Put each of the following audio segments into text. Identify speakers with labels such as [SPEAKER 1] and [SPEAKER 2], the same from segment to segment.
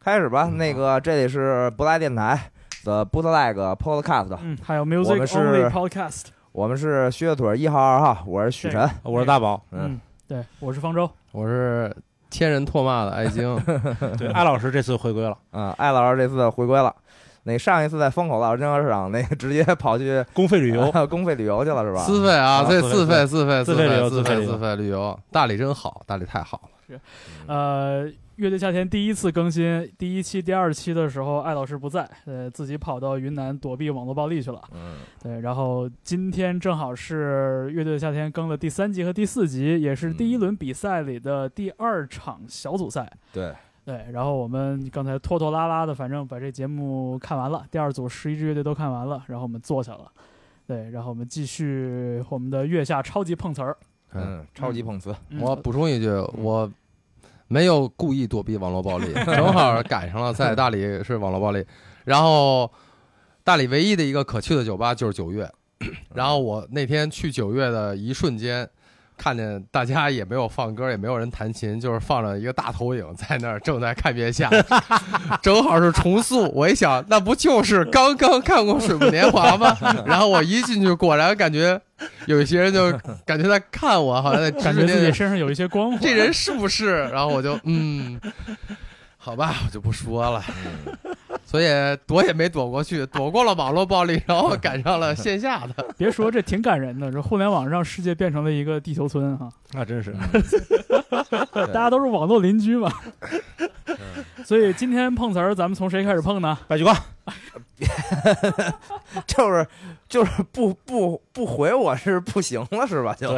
[SPEAKER 1] 开始吧，那个这里是不赖电台的 Bootleg Podcast，
[SPEAKER 2] 嗯，还有
[SPEAKER 1] 我
[SPEAKER 2] Music
[SPEAKER 1] 们是
[SPEAKER 2] Only Podcast。
[SPEAKER 1] 我们是靴子腿一号二号，我是许晨，
[SPEAKER 3] 我是大宝，
[SPEAKER 1] 嗯，
[SPEAKER 2] 嗯，对，我是方舟。
[SPEAKER 4] 我是千人唾骂的艾 晶，
[SPEAKER 3] 对，艾老师这次回归了，
[SPEAKER 1] 嗯，艾老师这次回归了。那上一次在风口浪蒸市场，那个直接跑去
[SPEAKER 3] 公费旅 游，
[SPEAKER 1] 公嗯费旅游去了是吧？
[SPEAKER 4] 自费啊，
[SPEAKER 3] 啊
[SPEAKER 4] 这
[SPEAKER 3] 自
[SPEAKER 4] 自
[SPEAKER 3] 费
[SPEAKER 4] 费自费
[SPEAKER 3] 自费
[SPEAKER 4] 费
[SPEAKER 3] 旅游
[SPEAKER 4] 自
[SPEAKER 3] 自费旅游
[SPEAKER 4] 自费旅游，大理真好，大理太好了，
[SPEAKER 1] 嗯
[SPEAKER 2] 呃，乐队夏天第一次更新第一期、第二期的时候，艾老师不在，呃，自己跑到云南躲避网络暴力去了。
[SPEAKER 1] 嗯，
[SPEAKER 2] 对，然后今天正好是乐队夏天更了第三集和第四集，也是
[SPEAKER 1] 嗯
[SPEAKER 2] 第一轮比赛里的第二场小组赛。
[SPEAKER 1] 对，
[SPEAKER 2] 对，然后我们刚才拖拖拉拉的，反正把这节目看完了，第二组十一支乐队都看完了，然后我们坐下了。对，然后我们继续我们的月下超级碰瓷儿。
[SPEAKER 4] 嗯，
[SPEAKER 1] 嗯，超级碰瓷，
[SPEAKER 2] 嗯
[SPEAKER 4] 我补充一句，我没有故意躲避网络暴 力，正好赶上了在大理是网络暴力，然后大理唯一的一个可去的酒吧就是九 月，然后我那天去九月的一瞬间。看见大家也没有放歌，也没有人弹琴，就是放着一个大投影在那儿正在看 月下，正好是重塑。我一想，那不就是刚刚看过《水木年华》吗？然后我一进去，果然感觉有一些人就感觉在看我，好像在指
[SPEAKER 2] 感
[SPEAKER 4] 指
[SPEAKER 2] 觉自
[SPEAKER 4] 点
[SPEAKER 2] 己
[SPEAKER 4] 点
[SPEAKER 2] 身上有一些光 环。
[SPEAKER 4] 这人是不是？然后我就 嗯，好吧，我就不说了。所以躲也没躲过去，躲过了网络暴力，然后赶上了线下的。
[SPEAKER 2] 别说这挺感人的，这互联网让世界变成了一个地球村哈、
[SPEAKER 3] 那真是
[SPEAKER 2] 大家都是网络邻居嘛。
[SPEAKER 4] 嗯
[SPEAKER 2] 所以今天碰瓷儿，咱们从谁开始碰呢？
[SPEAKER 3] 白举纲，
[SPEAKER 1] 就是就是不不不回我是不行了是吧？就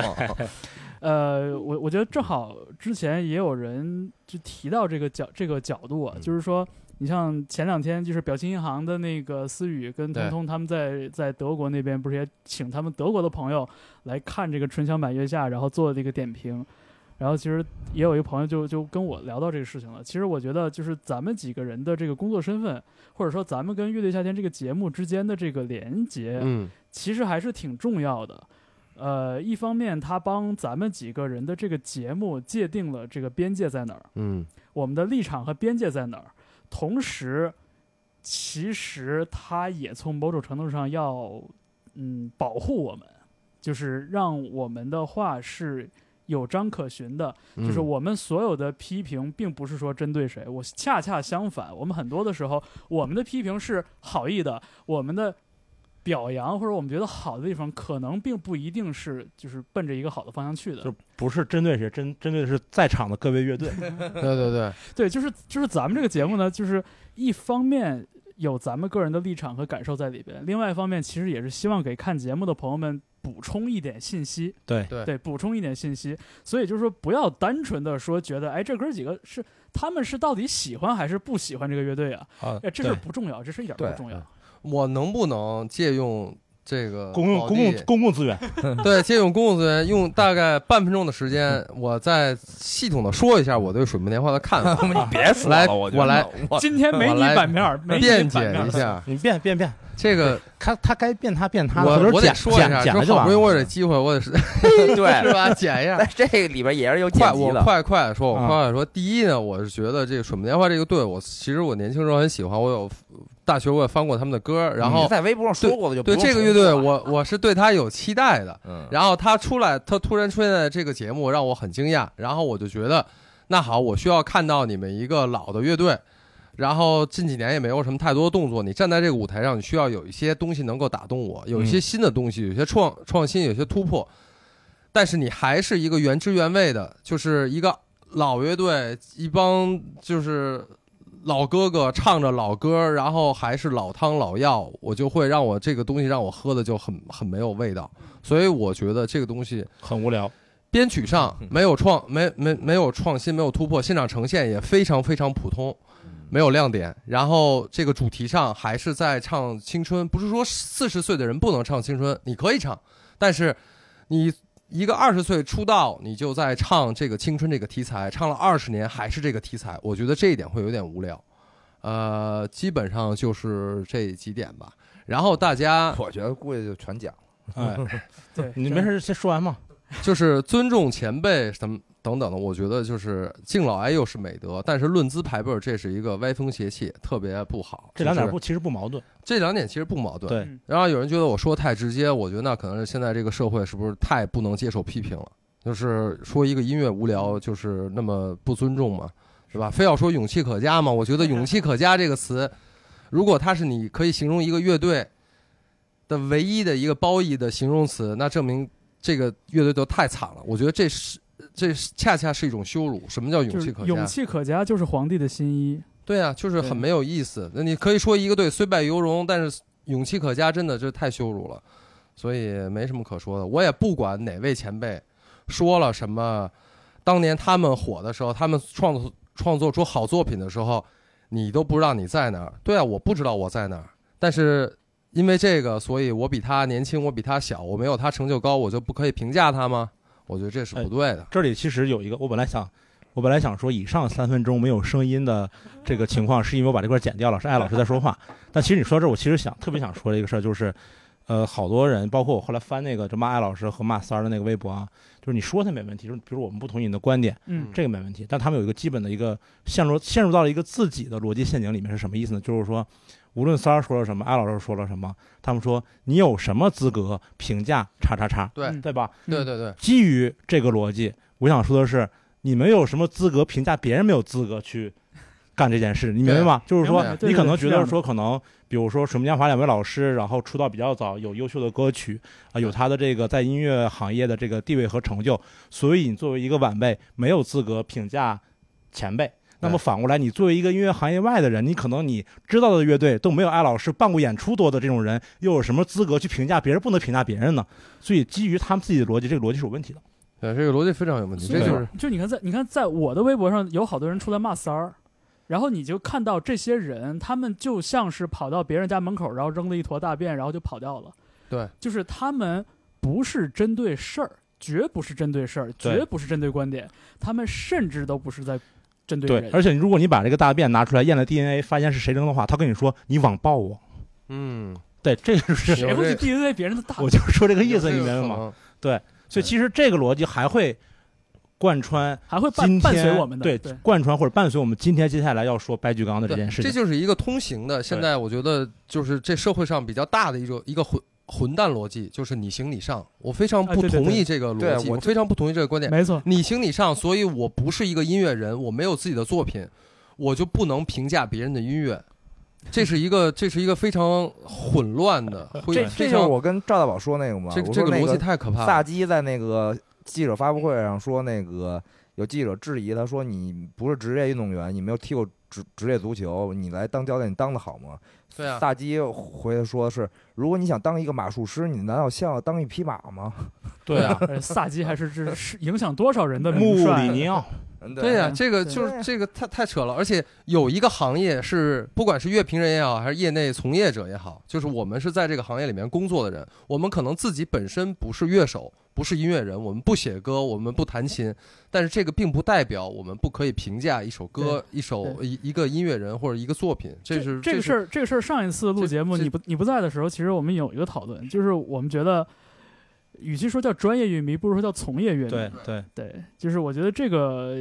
[SPEAKER 2] 呃，我我觉得正好之前也有人就提到这个角这个角度啊，
[SPEAKER 1] 嗯
[SPEAKER 2] 就是说，你像前两天就是表情银行的那个思雨跟
[SPEAKER 4] 对
[SPEAKER 2] 彤彤他们在在德国那边不是也请他们德国的朋友来看这个《春香满月下》，然后做了一个点评。然后其实也有一个朋友就就跟我聊到这个事情了。其实我觉得就是咱们几个人的这个工作身份，或者说咱们跟《乐队夏天》这个节目之间的这个连接，
[SPEAKER 4] 嗯，
[SPEAKER 2] 其实还是挺重要的。呃，一方面，它帮咱们几个人的这个节目界定了这个边界在哪儿，
[SPEAKER 4] 嗯，
[SPEAKER 2] 我们的立场和边界在哪儿。同时，其实它也从某种程度上要，嗯，保护我们，就是让我们的话是有章可循的，就是我们所有的批评，并不是说针对谁，我恰恰相反，我们很多的时候，我们的批评是好意的，我们的表扬或者我们觉得好的地方，可能并不一定是就是奔着一个好的方向去的
[SPEAKER 3] 就。不是针对谁，针针对的是在场的各位乐队，
[SPEAKER 4] 对对对，
[SPEAKER 2] 对，就是就是咱们这个节目呢，就是一方面有咱们个人的立场和感受在里边，另外一方面其实也是希望给看节目的朋友们补充一点信息。
[SPEAKER 3] 对
[SPEAKER 4] 对
[SPEAKER 2] 对，补充一点信息。所以就是说，不要单纯的说觉得，哎，这哥几个是他们是到底喜欢还是不喜欢这个乐队啊？
[SPEAKER 3] 啊
[SPEAKER 2] 哎，这事儿不重要，这事儿一点儿
[SPEAKER 1] 对
[SPEAKER 2] 不重要。
[SPEAKER 4] 我能不能借用这个
[SPEAKER 3] 公用
[SPEAKER 4] 呃宝
[SPEAKER 3] 公
[SPEAKER 4] 地
[SPEAKER 3] 共公共资源，嗯
[SPEAKER 4] 对，借用公共资源，用大概半分钟的时间，我再系统的说一下我对水木年华的看 法，
[SPEAKER 1] 你别说
[SPEAKER 4] 来
[SPEAKER 1] 了，我觉得
[SPEAKER 4] 我来
[SPEAKER 1] 我
[SPEAKER 2] 今天没
[SPEAKER 4] 我
[SPEAKER 2] 你
[SPEAKER 4] 来
[SPEAKER 2] 版面儿，没你
[SPEAKER 4] 辩
[SPEAKER 2] 版
[SPEAKER 4] 解
[SPEAKER 2] 面儿
[SPEAKER 4] 一。下
[SPEAKER 3] 你变变变，
[SPEAKER 4] 这个。
[SPEAKER 3] 他他该变他变他的，
[SPEAKER 4] 我
[SPEAKER 3] 回头
[SPEAKER 4] 我得
[SPEAKER 3] 剪
[SPEAKER 4] 说一下，
[SPEAKER 3] 剪剪了
[SPEAKER 4] 就
[SPEAKER 3] 就
[SPEAKER 4] 好
[SPEAKER 3] 完
[SPEAKER 4] 不容
[SPEAKER 3] 了
[SPEAKER 4] 易我有点机会，我得是 是
[SPEAKER 1] 对，
[SPEAKER 4] 吧？剪一下，
[SPEAKER 1] 在这个里边也是有
[SPEAKER 4] 快，
[SPEAKER 1] 剪辑
[SPEAKER 4] 我
[SPEAKER 1] 的，
[SPEAKER 4] 快快地说，我
[SPEAKER 3] 啊
[SPEAKER 4] 快快地说。第一呢，我是觉得这个水木年华这个队，我其实我年轻时候很喜欢，我有大学我也翻过他们的歌，然
[SPEAKER 1] 你
[SPEAKER 4] 后
[SPEAKER 1] 嗯在微博上说过的就不
[SPEAKER 4] 对
[SPEAKER 1] 用
[SPEAKER 4] 这个
[SPEAKER 1] 重
[SPEAKER 4] 乐
[SPEAKER 1] 复
[SPEAKER 4] 队，
[SPEAKER 1] 了，
[SPEAKER 4] 我我是对他有期待的。
[SPEAKER 1] 嗯，
[SPEAKER 4] 然后他出来，他突然出现在这个节目，让我很惊讶。然后我就觉得，那好，我需要看到你们一个老的乐队，然后近几年也没有什么太多动作。你站在这个舞台上，你需要有一些东西能够打动我，有一些新的东西，有些创创新，有些突破。但是你还是一个原汁原味的，就是一个老乐队，一帮就是老哥哥唱着老歌，然后还是老汤老药，我就会让我这个东西让我喝的就很很没有味道。所以我觉得这个东西
[SPEAKER 3] 很无聊，
[SPEAKER 4] 编曲上没有创没没没有创新，没有突破，现场呈现也非常非常普通，没有亮点。然后这个主题上还是在唱青春，不是说四十岁的人不能唱青春，你可以唱，但是你。一个二十岁出道，你就在唱这个青春这个题材，唱了二十年还是这个题材，我觉得这一点会有点无聊。呃，基本上就是这几点吧。然后大家
[SPEAKER 1] 我觉得估计就全讲了，
[SPEAKER 3] 哎，
[SPEAKER 2] 对，
[SPEAKER 3] 你
[SPEAKER 2] 这
[SPEAKER 3] 没事先说完嘛，
[SPEAKER 4] 就是尊重前辈，什么等等的，我觉得就是敬老爱幼是美德，但是论资排辈儿这是一个歪风邪气，特别不好。
[SPEAKER 3] 这两点
[SPEAKER 4] 就是
[SPEAKER 3] 不其实不矛盾，
[SPEAKER 4] 这两点其实不矛盾。
[SPEAKER 2] 嗯
[SPEAKER 3] 对，
[SPEAKER 4] 然后有人觉得我说太直接，我觉得那可能是现在这个社会是不是太不能接受批评了？就是说一个音乐无聊，就是那么不尊重嘛，是吧？非要说勇气可嘉嘛？我觉得“勇气可嘉”这个词，如果它是你可以形容一个乐队的唯一的一个褒义的形容词，那证明这个乐队都太惨了。我觉得这是这是恰恰是一种羞辱。什么叫勇
[SPEAKER 2] 就
[SPEAKER 4] 气
[SPEAKER 2] 是
[SPEAKER 4] 可嘉
[SPEAKER 2] 勇？气可嘉就是皇帝的新衣，
[SPEAKER 4] 对啊，就是很
[SPEAKER 2] 对
[SPEAKER 4] 没有意思。那你可以说一个队虽败犹荣，但是勇气可嘉，真的这太羞辱了，所以没什么可说的。我也不管哪位前辈说了什么，当年他们火的时候，他们创作创作出好作品的时候，你都不知道你在哪儿。对啊，我不知道我在哪儿，但是因为这个，所以我比他年轻，我比他小，我没有他成就高，我就不可以评价他吗？我觉得这是
[SPEAKER 3] 哎
[SPEAKER 4] 不对的。
[SPEAKER 3] 这里其实有一个，我本来想，我本来想说，以上三分钟没有声音的这个情况，是因为我把这块剪掉了，是艾老师在说话。但其实你说到这儿，我其实想特别想说的一个事儿，就是，呃，好多人，包括我后来翻那个就骂艾老师和骂三儿的那个微博啊，就是你说他没问题，就是比如我们不同意你的观点，
[SPEAKER 2] 嗯
[SPEAKER 3] 这个没问题，但他们有一个基本的一个陷入陷入到了一个自己的逻辑陷阱里面是什么意思呢？就是说，无论三儿说了什么，艾老师说了什么，他们说你有什么资格评价叉叉叉，
[SPEAKER 4] 对
[SPEAKER 2] 嗯
[SPEAKER 3] 对吧？
[SPEAKER 4] 对对对，
[SPEAKER 3] 基于这个逻辑，我想说的是，你们有什么资格评价别人没有资格去干这件事？你明白吗？就是说
[SPEAKER 4] 明白，
[SPEAKER 2] 对
[SPEAKER 3] 你可
[SPEAKER 2] 对
[SPEAKER 3] 能
[SPEAKER 2] 是
[SPEAKER 3] 觉
[SPEAKER 2] 这样
[SPEAKER 3] 得
[SPEAKER 2] 的
[SPEAKER 3] 说，可能比如说水木年华两位老师，然后出道比较早，有优秀的歌曲啊、有他的这个在音乐行业的这个地位和成就，所以你作为一个晚辈，没有资格评价前辈。那么反过来，你作为一个音乐行业外的人，你可能你知道的乐队都没有艾老师办过演出多的这种人，又有什么资格去评价别人不能评价别人呢？所以基于他们自己的逻辑，这个逻辑是有问题的。
[SPEAKER 4] 对这个逻辑非常有问题，
[SPEAKER 2] 所
[SPEAKER 4] 这
[SPEAKER 2] 以
[SPEAKER 4] 就是
[SPEAKER 2] 就你看在你看在我的微博上有好多人出来骂三儿，然后你就看到这些人，他们就像是跑到别人家门口，然后扔了一坨大便，然后就跑掉了。
[SPEAKER 4] 对，
[SPEAKER 2] 就是他们不是针对事儿，绝不是针对事儿，
[SPEAKER 3] 对
[SPEAKER 2] 绝不是针对观点，他们甚至都不是在针对
[SPEAKER 3] 对
[SPEAKER 2] 人，。
[SPEAKER 3] 而且如果你把这个大便拿出来验了 DNA，发现是谁扔的话，他跟你说你网暴我。
[SPEAKER 4] 嗯，
[SPEAKER 3] 对，这个
[SPEAKER 4] 有
[SPEAKER 3] 是
[SPEAKER 2] 谁会
[SPEAKER 4] 这
[SPEAKER 2] 去 DNA 别人的大
[SPEAKER 3] 我就说这个
[SPEAKER 4] 这
[SPEAKER 3] 意思，你明白吗？？所以其实这个逻辑还会贯穿
[SPEAKER 2] 还会
[SPEAKER 3] 今
[SPEAKER 2] 伴
[SPEAKER 3] 天
[SPEAKER 2] 伴随我们的？
[SPEAKER 3] 对，
[SPEAKER 2] 对，
[SPEAKER 3] 贯穿或者伴随我们今天接下来要说白举纲的这
[SPEAKER 4] 对，
[SPEAKER 3] 件事情。
[SPEAKER 4] 就是一个通行的。现在我觉得就是这社会上比较大的一种一个混混蛋逻辑，就是你行你上。我非常
[SPEAKER 2] 啊
[SPEAKER 4] 不
[SPEAKER 2] 对对
[SPEAKER 4] 同
[SPEAKER 2] 对
[SPEAKER 4] 意这个逻辑，
[SPEAKER 1] 对我
[SPEAKER 4] 我非常不同意这个观点。
[SPEAKER 2] 没错，
[SPEAKER 4] 你行你上，所以我不是一个音乐人，我没有自己的作品，我就不能评价别人的音乐。这是一个，这是一个非常混乱的，会
[SPEAKER 2] 这
[SPEAKER 1] 这
[SPEAKER 4] 非
[SPEAKER 1] 就是
[SPEAKER 4] 常
[SPEAKER 1] 我跟赵大宝说那个嘛，
[SPEAKER 4] 这
[SPEAKER 1] 我
[SPEAKER 4] 这
[SPEAKER 1] 说
[SPEAKER 4] 个
[SPEAKER 1] 那
[SPEAKER 4] 逻辑太可怕
[SPEAKER 1] 萨
[SPEAKER 4] 了。
[SPEAKER 1] 基在那个记者发布会上说，那个有记者质疑他说：“你不是职业运动员，你没有踢过职职业足球，你来当教练，你当的好吗？”
[SPEAKER 4] 对啊
[SPEAKER 1] 萨基回他说是：“如果你想当一个马术师，你难道像要当一匹马吗
[SPEAKER 4] 对啊，
[SPEAKER 2] 呃萨基还是这是影响多少人 的
[SPEAKER 3] 穆
[SPEAKER 2] 名帅啊
[SPEAKER 3] 里尼奥，？”
[SPEAKER 1] 嗯
[SPEAKER 4] 对啊呀、这个
[SPEAKER 2] 对
[SPEAKER 4] 就是这个太太扯了，而且有一个行业是，不管是乐评人也好，还是业内从业者也好，就是我们是在这个行业里面工作的人，我们可能自己本身不是乐手，不是音乐人，我们不写歌，我们不弹琴，但是这个并不代表我们不可以评价一首歌、一首一一个音乐人或者一个作品，这是
[SPEAKER 2] 这个事
[SPEAKER 4] 是
[SPEAKER 2] 儿，这个事儿上一次录
[SPEAKER 4] 这
[SPEAKER 2] 节目
[SPEAKER 4] 这
[SPEAKER 2] 你不你不在的时候，其实我们有一个讨论，就是我们觉得，与其说叫专业乐迷，不如说叫从业乐迷。
[SPEAKER 3] 对对，
[SPEAKER 2] 对就是我觉得这个呃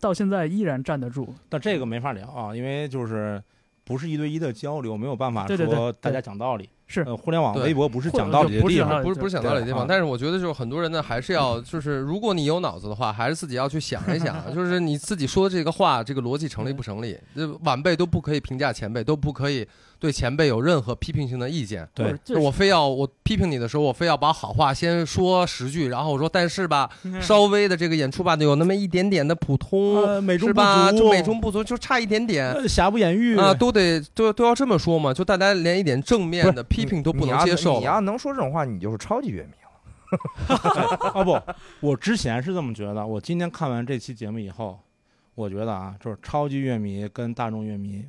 [SPEAKER 2] 到现在依然站得住。
[SPEAKER 3] 但这个没法聊啊，因为就是不是一对一的交流，没有办法
[SPEAKER 2] 对对对
[SPEAKER 3] 说大
[SPEAKER 2] 对
[SPEAKER 3] 家讲道理。
[SPEAKER 2] 是
[SPEAKER 3] 呃，互联网
[SPEAKER 4] 对
[SPEAKER 3] 微博不是
[SPEAKER 2] 或
[SPEAKER 3] 讲道理的
[SPEAKER 2] 不是
[SPEAKER 3] 地
[SPEAKER 2] 讲
[SPEAKER 3] 方
[SPEAKER 2] 道。理
[SPEAKER 4] 不是不是想到理的地
[SPEAKER 3] 对
[SPEAKER 4] 方
[SPEAKER 3] 啊，
[SPEAKER 4] 但是我觉得就是很多人呢，还是要就是，如果你有脑子的话，还是自己要去想一想，啊就是你自己说的这个话，这个逻辑成立不成立？这晚辈都不可以评价前辈，都不可以对前辈有任何批评性的意见。
[SPEAKER 3] 对
[SPEAKER 2] 或者
[SPEAKER 4] 就
[SPEAKER 2] 这
[SPEAKER 4] 是我非要我批评你的时候，我非要把好话先说十句，然后我说但是吧，稍微的这个演出吧，有那么一点点的普通，
[SPEAKER 3] 呃，美中
[SPEAKER 4] 是
[SPEAKER 3] 不
[SPEAKER 4] 吧？
[SPEAKER 3] 足，
[SPEAKER 4] 就美中不足，就差一点点。
[SPEAKER 3] 呃瑕不掩瑜
[SPEAKER 4] 啊，都得都都要这么说嘛，就大家连一点正面的批评都
[SPEAKER 1] 你
[SPEAKER 4] 不能
[SPEAKER 1] 要
[SPEAKER 4] 接受
[SPEAKER 1] 你
[SPEAKER 4] 了。
[SPEAKER 1] 要能说这种话，你就是超级乐迷了。
[SPEAKER 3] 啊不，我之前是这么觉得，我今天看完这期节目以后，我觉得啊，就是超级乐迷跟大众乐迷，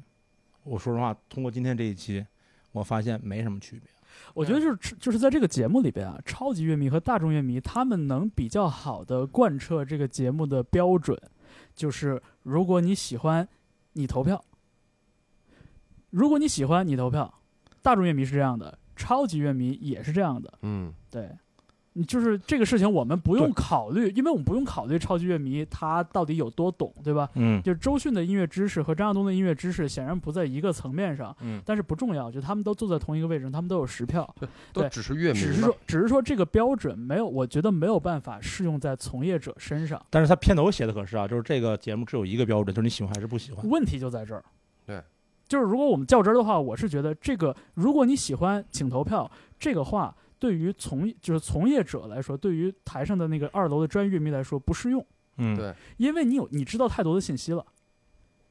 [SPEAKER 3] 我说实话，通过今天这一期，我发现没什么区别。
[SPEAKER 2] 我觉得就是就是在这个节目里边啊，超级乐迷和大众乐迷他们能比较好的贯彻这个节目的标准，就是如果你喜欢，你投票；如果你喜欢，你投票。大众乐迷是这样的，超级乐迷也是这样的。
[SPEAKER 4] 嗯，
[SPEAKER 2] 对，你就是这个事情，我们不用
[SPEAKER 3] 对
[SPEAKER 2] 考虑，因为我们不用考虑超级乐迷他到底有多懂，对吧？
[SPEAKER 3] 嗯
[SPEAKER 2] 就是周迅的音乐知识和张亚东的音乐知识显然不在一个层面上，
[SPEAKER 3] 嗯
[SPEAKER 2] 但是不重要，就他们都坐在同一个位置上，他们都有时票，
[SPEAKER 4] 都
[SPEAKER 2] 对
[SPEAKER 4] 只是乐迷嘛，
[SPEAKER 2] 只是说，只是说这个标准没有，我觉得没有办法适用在从业者身上，
[SPEAKER 3] 但是他片头写的可是啊，就是这个节目只有一个标准，就是你喜欢还是不喜欢。
[SPEAKER 2] 问题就在这儿。
[SPEAKER 4] 对，
[SPEAKER 2] 就是如果我们较真儿的话，我是觉得这个，如果你喜欢，请投票，这个话对于从就是从业者来说，对于台上的那个二楼的专业乐迷来说不适用。
[SPEAKER 3] 嗯，
[SPEAKER 4] 对
[SPEAKER 2] 因为你有你知道太多的信息了，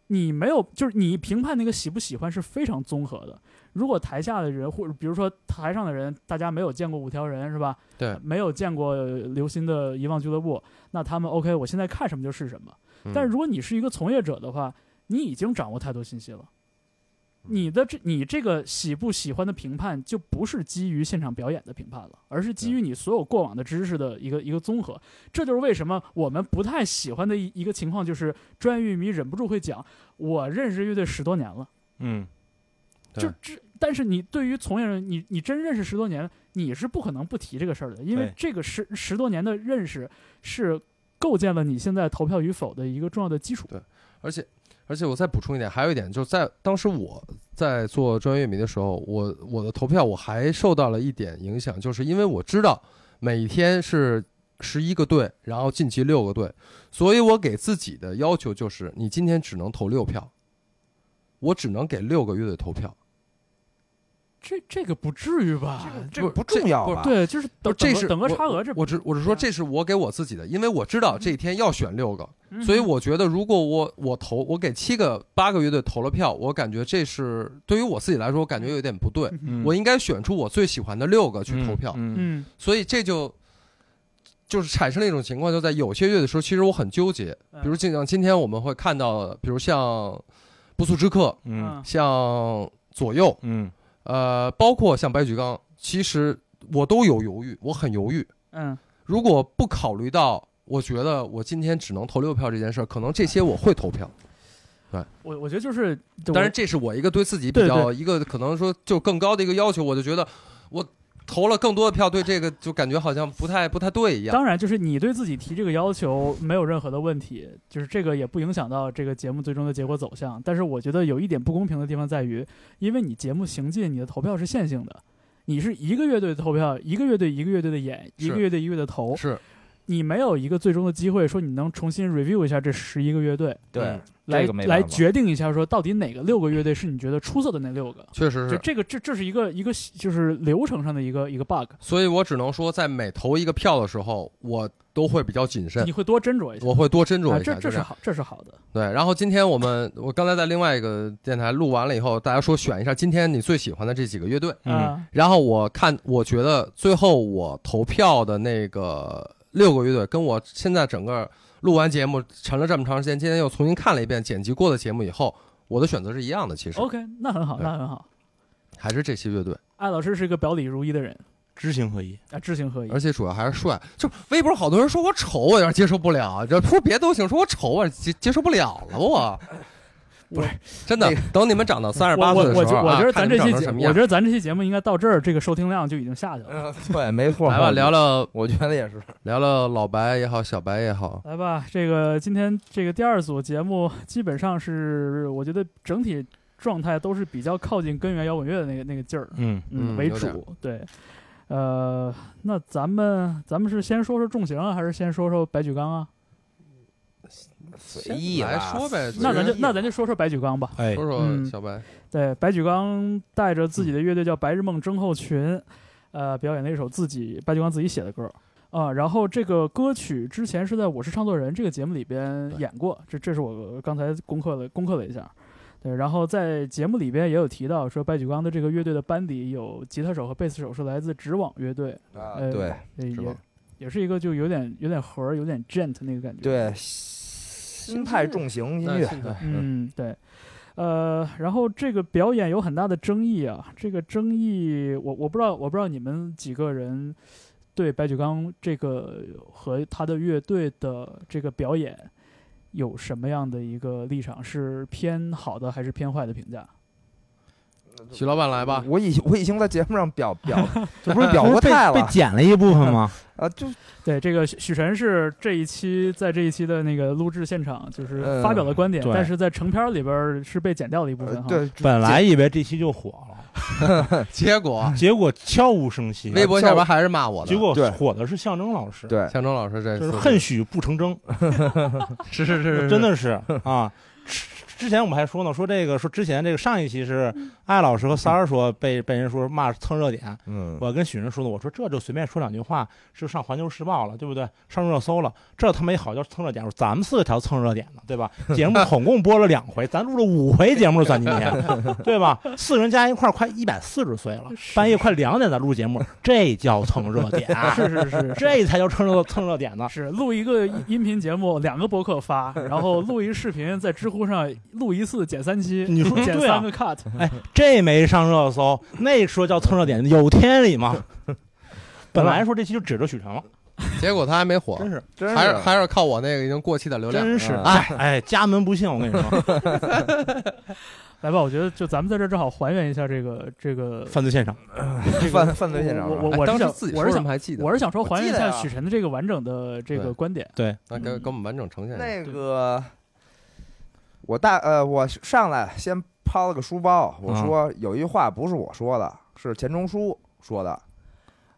[SPEAKER 2] 你没有就是你评判那个喜不喜欢是非常综合的。如果台下的人或者比如说台上的人，大家没有见过五条人是吧？
[SPEAKER 4] 对，
[SPEAKER 2] 没有见过呃刘鑫的《遗忘俱乐部》，那他们 OK，我现在看什么就是什么。
[SPEAKER 4] 嗯
[SPEAKER 2] 但是如果你是一个从业者的话，你已经掌握太多信息了。
[SPEAKER 4] 嗯
[SPEAKER 2] 你的这你这个喜不喜欢的评判，就不是基于现场表演的评判了，而是
[SPEAKER 4] 嗯
[SPEAKER 2] 基于你所有过往的知识的一个一个综合。这就是为什么我们不太喜欢的一一个情况，就是专业乐迷忍不住会讲：“我认识乐队十多年了。”
[SPEAKER 3] 嗯，
[SPEAKER 4] 对
[SPEAKER 2] 就这，但是你对于从业人，你你真认识十多年，你是不可能不提这个事儿的，因为
[SPEAKER 3] 对
[SPEAKER 2] 这个十十多年的认识是构建了你现在投票与否的一个重要的基础。
[SPEAKER 4] 而且而且我再补充一点，还有一点就是在当时我在做专业乐迷的时候，我我的投票我还受到了一点影响，就是因为我知道每天是十一个队，然后晋级六个队，所以我给自己的要求就是，你今天只能投六票，我只能给六个乐队投票。
[SPEAKER 2] 这这个不至于吧？
[SPEAKER 1] 这
[SPEAKER 4] 不
[SPEAKER 1] 不重要
[SPEAKER 4] 不是
[SPEAKER 1] 吧？
[SPEAKER 2] 对，就是等
[SPEAKER 4] 不这是
[SPEAKER 2] 等个
[SPEAKER 4] 我
[SPEAKER 2] 差额，这啊
[SPEAKER 4] 我只我是说，这是我给我自己的，因为我知道这一天要选六个，
[SPEAKER 2] 嗯
[SPEAKER 4] 所以我觉得，如果我我投我给七个八个乐队投了票，我感觉这是对于我自己来说，我感觉有点不对。
[SPEAKER 3] 嗯
[SPEAKER 4] 我应该选出我最喜欢的六个去投票，
[SPEAKER 3] 嗯
[SPEAKER 2] 嗯
[SPEAKER 4] 所以这就就是产生了一种情况，就在有些乐的时候，其实我很纠结。
[SPEAKER 2] 嗯
[SPEAKER 4] 比如像今天我们会看到的，比如像不速之客，
[SPEAKER 3] 嗯
[SPEAKER 4] 像左右，
[SPEAKER 3] 嗯
[SPEAKER 4] 呃，包括像白举纲，其实我都有犹豫，我很犹豫。
[SPEAKER 2] 嗯
[SPEAKER 4] 如果不考虑到，我觉得我今天只能投六票这件事儿，可能这些我会投票。
[SPEAKER 2] 我我觉得就是，
[SPEAKER 4] 当然，这是我一个对自己比
[SPEAKER 2] 对
[SPEAKER 4] 较一个可能说就更高的一个要求，我就觉得我投了更多的票，对这个就感觉好像不太不太对一样。
[SPEAKER 2] 当然就是你对自己提这个要求没有任何的问题，就是这个也不影响到这个节目最终的结果走向。但是我觉得有一点不公平的地方在于，因为你节目行进，你的投票是线性的，你是一个乐队的投票，一个乐队一个乐队的演，
[SPEAKER 4] 是
[SPEAKER 2] 一个乐队一个乐队的投，
[SPEAKER 4] 是
[SPEAKER 2] 你没有一个最终的机会说你能重新 review 一下这十一个乐队，
[SPEAKER 4] 嗯
[SPEAKER 1] 对，
[SPEAKER 2] 来、
[SPEAKER 1] 这个没办
[SPEAKER 2] 来
[SPEAKER 1] 法
[SPEAKER 2] 决定一下说到底哪个六个乐队是你觉得出色的那六个。
[SPEAKER 4] 确实，
[SPEAKER 2] 就是这个，这这是一个一个就是流程上的一个一个 bug，
[SPEAKER 4] 所以我只能说，在每投一个票的时候，我都会比较谨慎
[SPEAKER 2] 你，会多斟酌一下。
[SPEAKER 4] 我会多斟
[SPEAKER 2] 啊
[SPEAKER 4] 酌一下。
[SPEAKER 2] 这这
[SPEAKER 4] 就是
[SPEAKER 2] 好，这是好的。
[SPEAKER 4] 对。然后今天我们，我刚才在另外一个电台录完了以后，大家说选一下今天你最喜欢的这几个乐队。
[SPEAKER 3] 嗯
[SPEAKER 2] 啊，
[SPEAKER 4] 然后我看，我觉得最后我投票的那个六个乐队，跟我现在整个录完节目沉了这么长时间，今天又重新看了一遍剪辑过的节目以后，我的选择是一样的。其实
[SPEAKER 2] OK，那很好，
[SPEAKER 4] 对
[SPEAKER 2] 那很好。
[SPEAKER 4] 还是这些乐队，
[SPEAKER 2] 艾老师是一个表里如一的人
[SPEAKER 3] 知行合一。
[SPEAKER 2] 啊，知行合一
[SPEAKER 4] 而。且主要还是帅。就微博好多人说我丑，我有点接受不了。这说别都行，说我丑，我接接受不了了。我
[SPEAKER 1] 不是
[SPEAKER 4] 真的，等你们长到三十
[SPEAKER 2] 我
[SPEAKER 4] 八岁的
[SPEAKER 2] 我我
[SPEAKER 4] 时
[SPEAKER 2] 觉
[SPEAKER 4] 候
[SPEAKER 2] 我
[SPEAKER 4] 啊，
[SPEAKER 2] 觉得咱
[SPEAKER 4] 看
[SPEAKER 2] 这
[SPEAKER 4] 你长成
[SPEAKER 2] 期节
[SPEAKER 4] 什么
[SPEAKER 2] 我
[SPEAKER 4] 样
[SPEAKER 2] 觉。得咱这期节目应该到这儿，这个收听量就已经下去了。
[SPEAKER 1] 嗯对，没错。
[SPEAKER 4] 来吧，聊聊
[SPEAKER 1] 我觉得也是，
[SPEAKER 4] 聊聊老白也好，小白也好，
[SPEAKER 2] 来吧，这个今天这个第二组节目基本上是，我觉得整体状态都是比较靠近根源摇滚乐的那个那个劲儿，
[SPEAKER 3] 嗯
[SPEAKER 4] 嗯
[SPEAKER 2] 为
[SPEAKER 4] 有点
[SPEAKER 2] 主。对，呃，那咱们咱们是先说说重型啊，还是先说说白举纲啊？
[SPEAKER 1] 随意
[SPEAKER 4] 来
[SPEAKER 1] 啦
[SPEAKER 4] 说呗
[SPEAKER 2] 那咱就
[SPEAKER 1] 随意
[SPEAKER 2] 那咱就说说白举纲吧。
[SPEAKER 3] 哎
[SPEAKER 4] 说说
[SPEAKER 2] 嗯
[SPEAKER 4] 小白。
[SPEAKER 2] 对，白举纲带着自己
[SPEAKER 4] 嗯
[SPEAKER 2] 的乐队叫白日梦症候群，呃，表演了一首自己白举纲自己写的歌儿啊、然后这个歌曲之前是在《我是唱作人》这个节目里边
[SPEAKER 4] 对
[SPEAKER 2] 演过，这这是我刚才攻克了攻克了一下。对，然后在节目里边也有提到说，白举纲的这个乐队的班底有吉他手和贝斯手是来自直网乐队，
[SPEAKER 1] 啊
[SPEAKER 2] 呃
[SPEAKER 1] 对
[SPEAKER 2] 呃
[SPEAKER 4] 直
[SPEAKER 2] 也
[SPEAKER 4] 网
[SPEAKER 2] 也是一个就有点有点核儿有点 gent 那个感觉。
[SPEAKER 1] 对，新派重型音
[SPEAKER 4] 那
[SPEAKER 1] 乐
[SPEAKER 4] 现在，
[SPEAKER 2] 嗯，对。呃，然后这个表演有很大的争议啊，这个争议我我不知道，我不知道你们几个人对白举纲这个和他的乐队的这个表演有什么样的一个立场，是偏好的还是偏坏的评价？
[SPEAKER 4] 许老板来吧，
[SPEAKER 1] 我已我已经在节目上表表，这不是表过
[SPEAKER 5] 被
[SPEAKER 1] 态
[SPEAKER 5] 被
[SPEAKER 1] 了
[SPEAKER 5] 剪了一部分吗？
[SPEAKER 1] 啊，就
[SPEAKER 2] 对，这个许许晨是这一期在这一期的那个录制现场就是发表的观点，
[SPEAKER 3] 嗯对
[SPEAKER 2] 但是在成片儿里边儿是被剪掉的一部
[SPEAKER 1] 呃
[SPEAKER 2] 分哈。
[SPEAKER 1] 对，
[SPEAKER 3] 本来以为这期就火了，
[SPEAKER 4] 结果
[SPEAKER 3] 结果悄无声息。
[SPEAKER 4] 微博
[SPEAKER 1] 叫
[SPEAKER 4] 下边还是骂我的
[SPEAKER 3] 结。果
[SPEAKER 1] 对
[SPEAKER 3] 火的是象征老师，，
[SPEAKER 1] 对，
[SPEAKER 4] 向征老师这
[SPEAKER 3] 就是
[SPEAKER 4] 次
[SPEAKER 3] 恨许不成争，
[SPEAKER 4] 是是是，是
[SPEAKER 3] 真的是啊。之之前我们还说呢，说这个说之前这个上一期是艾老师和三儿说被被人说骂蹭热点，
[SPEAKER 1] 嗯，
[SPEAKER 3] 我跟许晨说的，我说这就随便说两句话就上《环球时报》了，对不对？上热搜了，这他妈也好叫蹭热点。我说咱们四个才叫蹭热点呢，对吧？节目总共播了两回，咱录了五回节目了，算今天，对吧？四个人加一块儿快一百四十岁了，
[SPEAKER 2] 是
[SPEAKER 3] 半夜快两点咱录节目，这叫蹭热点，啊
[SPEAKER 2] 是是是是
[SPEAKER 3] 这才叫蹭热蹭热点呢。
[SPEAKER 2] 是录一个音频节目，两个博客发，然后录一个视频，在知乎上录一次剪三期，
[SPEAKER 3] 你说
[SPEAKER 2] 剪
[SPEAKER 3] 对啊
[SPEAKER 2] 三个 cut，
[SPEAKER 3] 哎，这没上热 搜，那说叫蹭热点，有天理 吗？本来说这期就指着许晨了，
[SPEAKER 4] 结果他还没火，
[SPEAKER 3] 真是
[SPEAKER 1] 真
[SPEAKER 4] 还是还是靠我那个已经过气的流量。
[SPEAKER 3] 真是，
[SPEAKER 1] 嗯
[SPEAKER 3] 哎哎，家门不幸，我跟你 说，
[SPEAKER 2] 来吧，我觉得就咱们在这儿正好还原一下这个这个
[SPEAKER 3] 犯罪现场。
[SPEAKER 2] 这个
[SPEAKER 1] 犯犯罪现场
[SPEAKER 2] 我
[SPEAKER 1] 是吧
[SPEAKER 2] 我
[SPEAKER 4] 哎
[SPEAKER 2] 我
[SPEAKER 4] 当
[SPEAKER 2] 是
[SPEAKER 4] 时
[SPEAKER 2] 想
[SPEAKER 4] 自己
[SPEAKER 2] 我
[SPEAKER 4] 说
[SPEAKER 2] 是
[SPEAKER 4] 什么
[SPEAKER 2] 想
[SPEAKER 4] 还记得？
[SPEAKER 2] 我是想说还原一
[SPEAKER 1] 我
[SPEAKER 2] 下
[SPEAKER 1] 记得呀
[SPEAKER 2] 许晨的这个完整的这个
[SPEAKER 4] 对
[SPEAKER 2] 观点。
[SPEAKER 3] 啊
[SPEAKER 4] 那给给我们完整呈现一下。
[SPEAKER 1] 那个，我大呃，我上来先抛了个书包，我
[SPEAKER 3] 嗯
[SPEAKER 1] 说有一句话不是我说的，是钱钟书说的，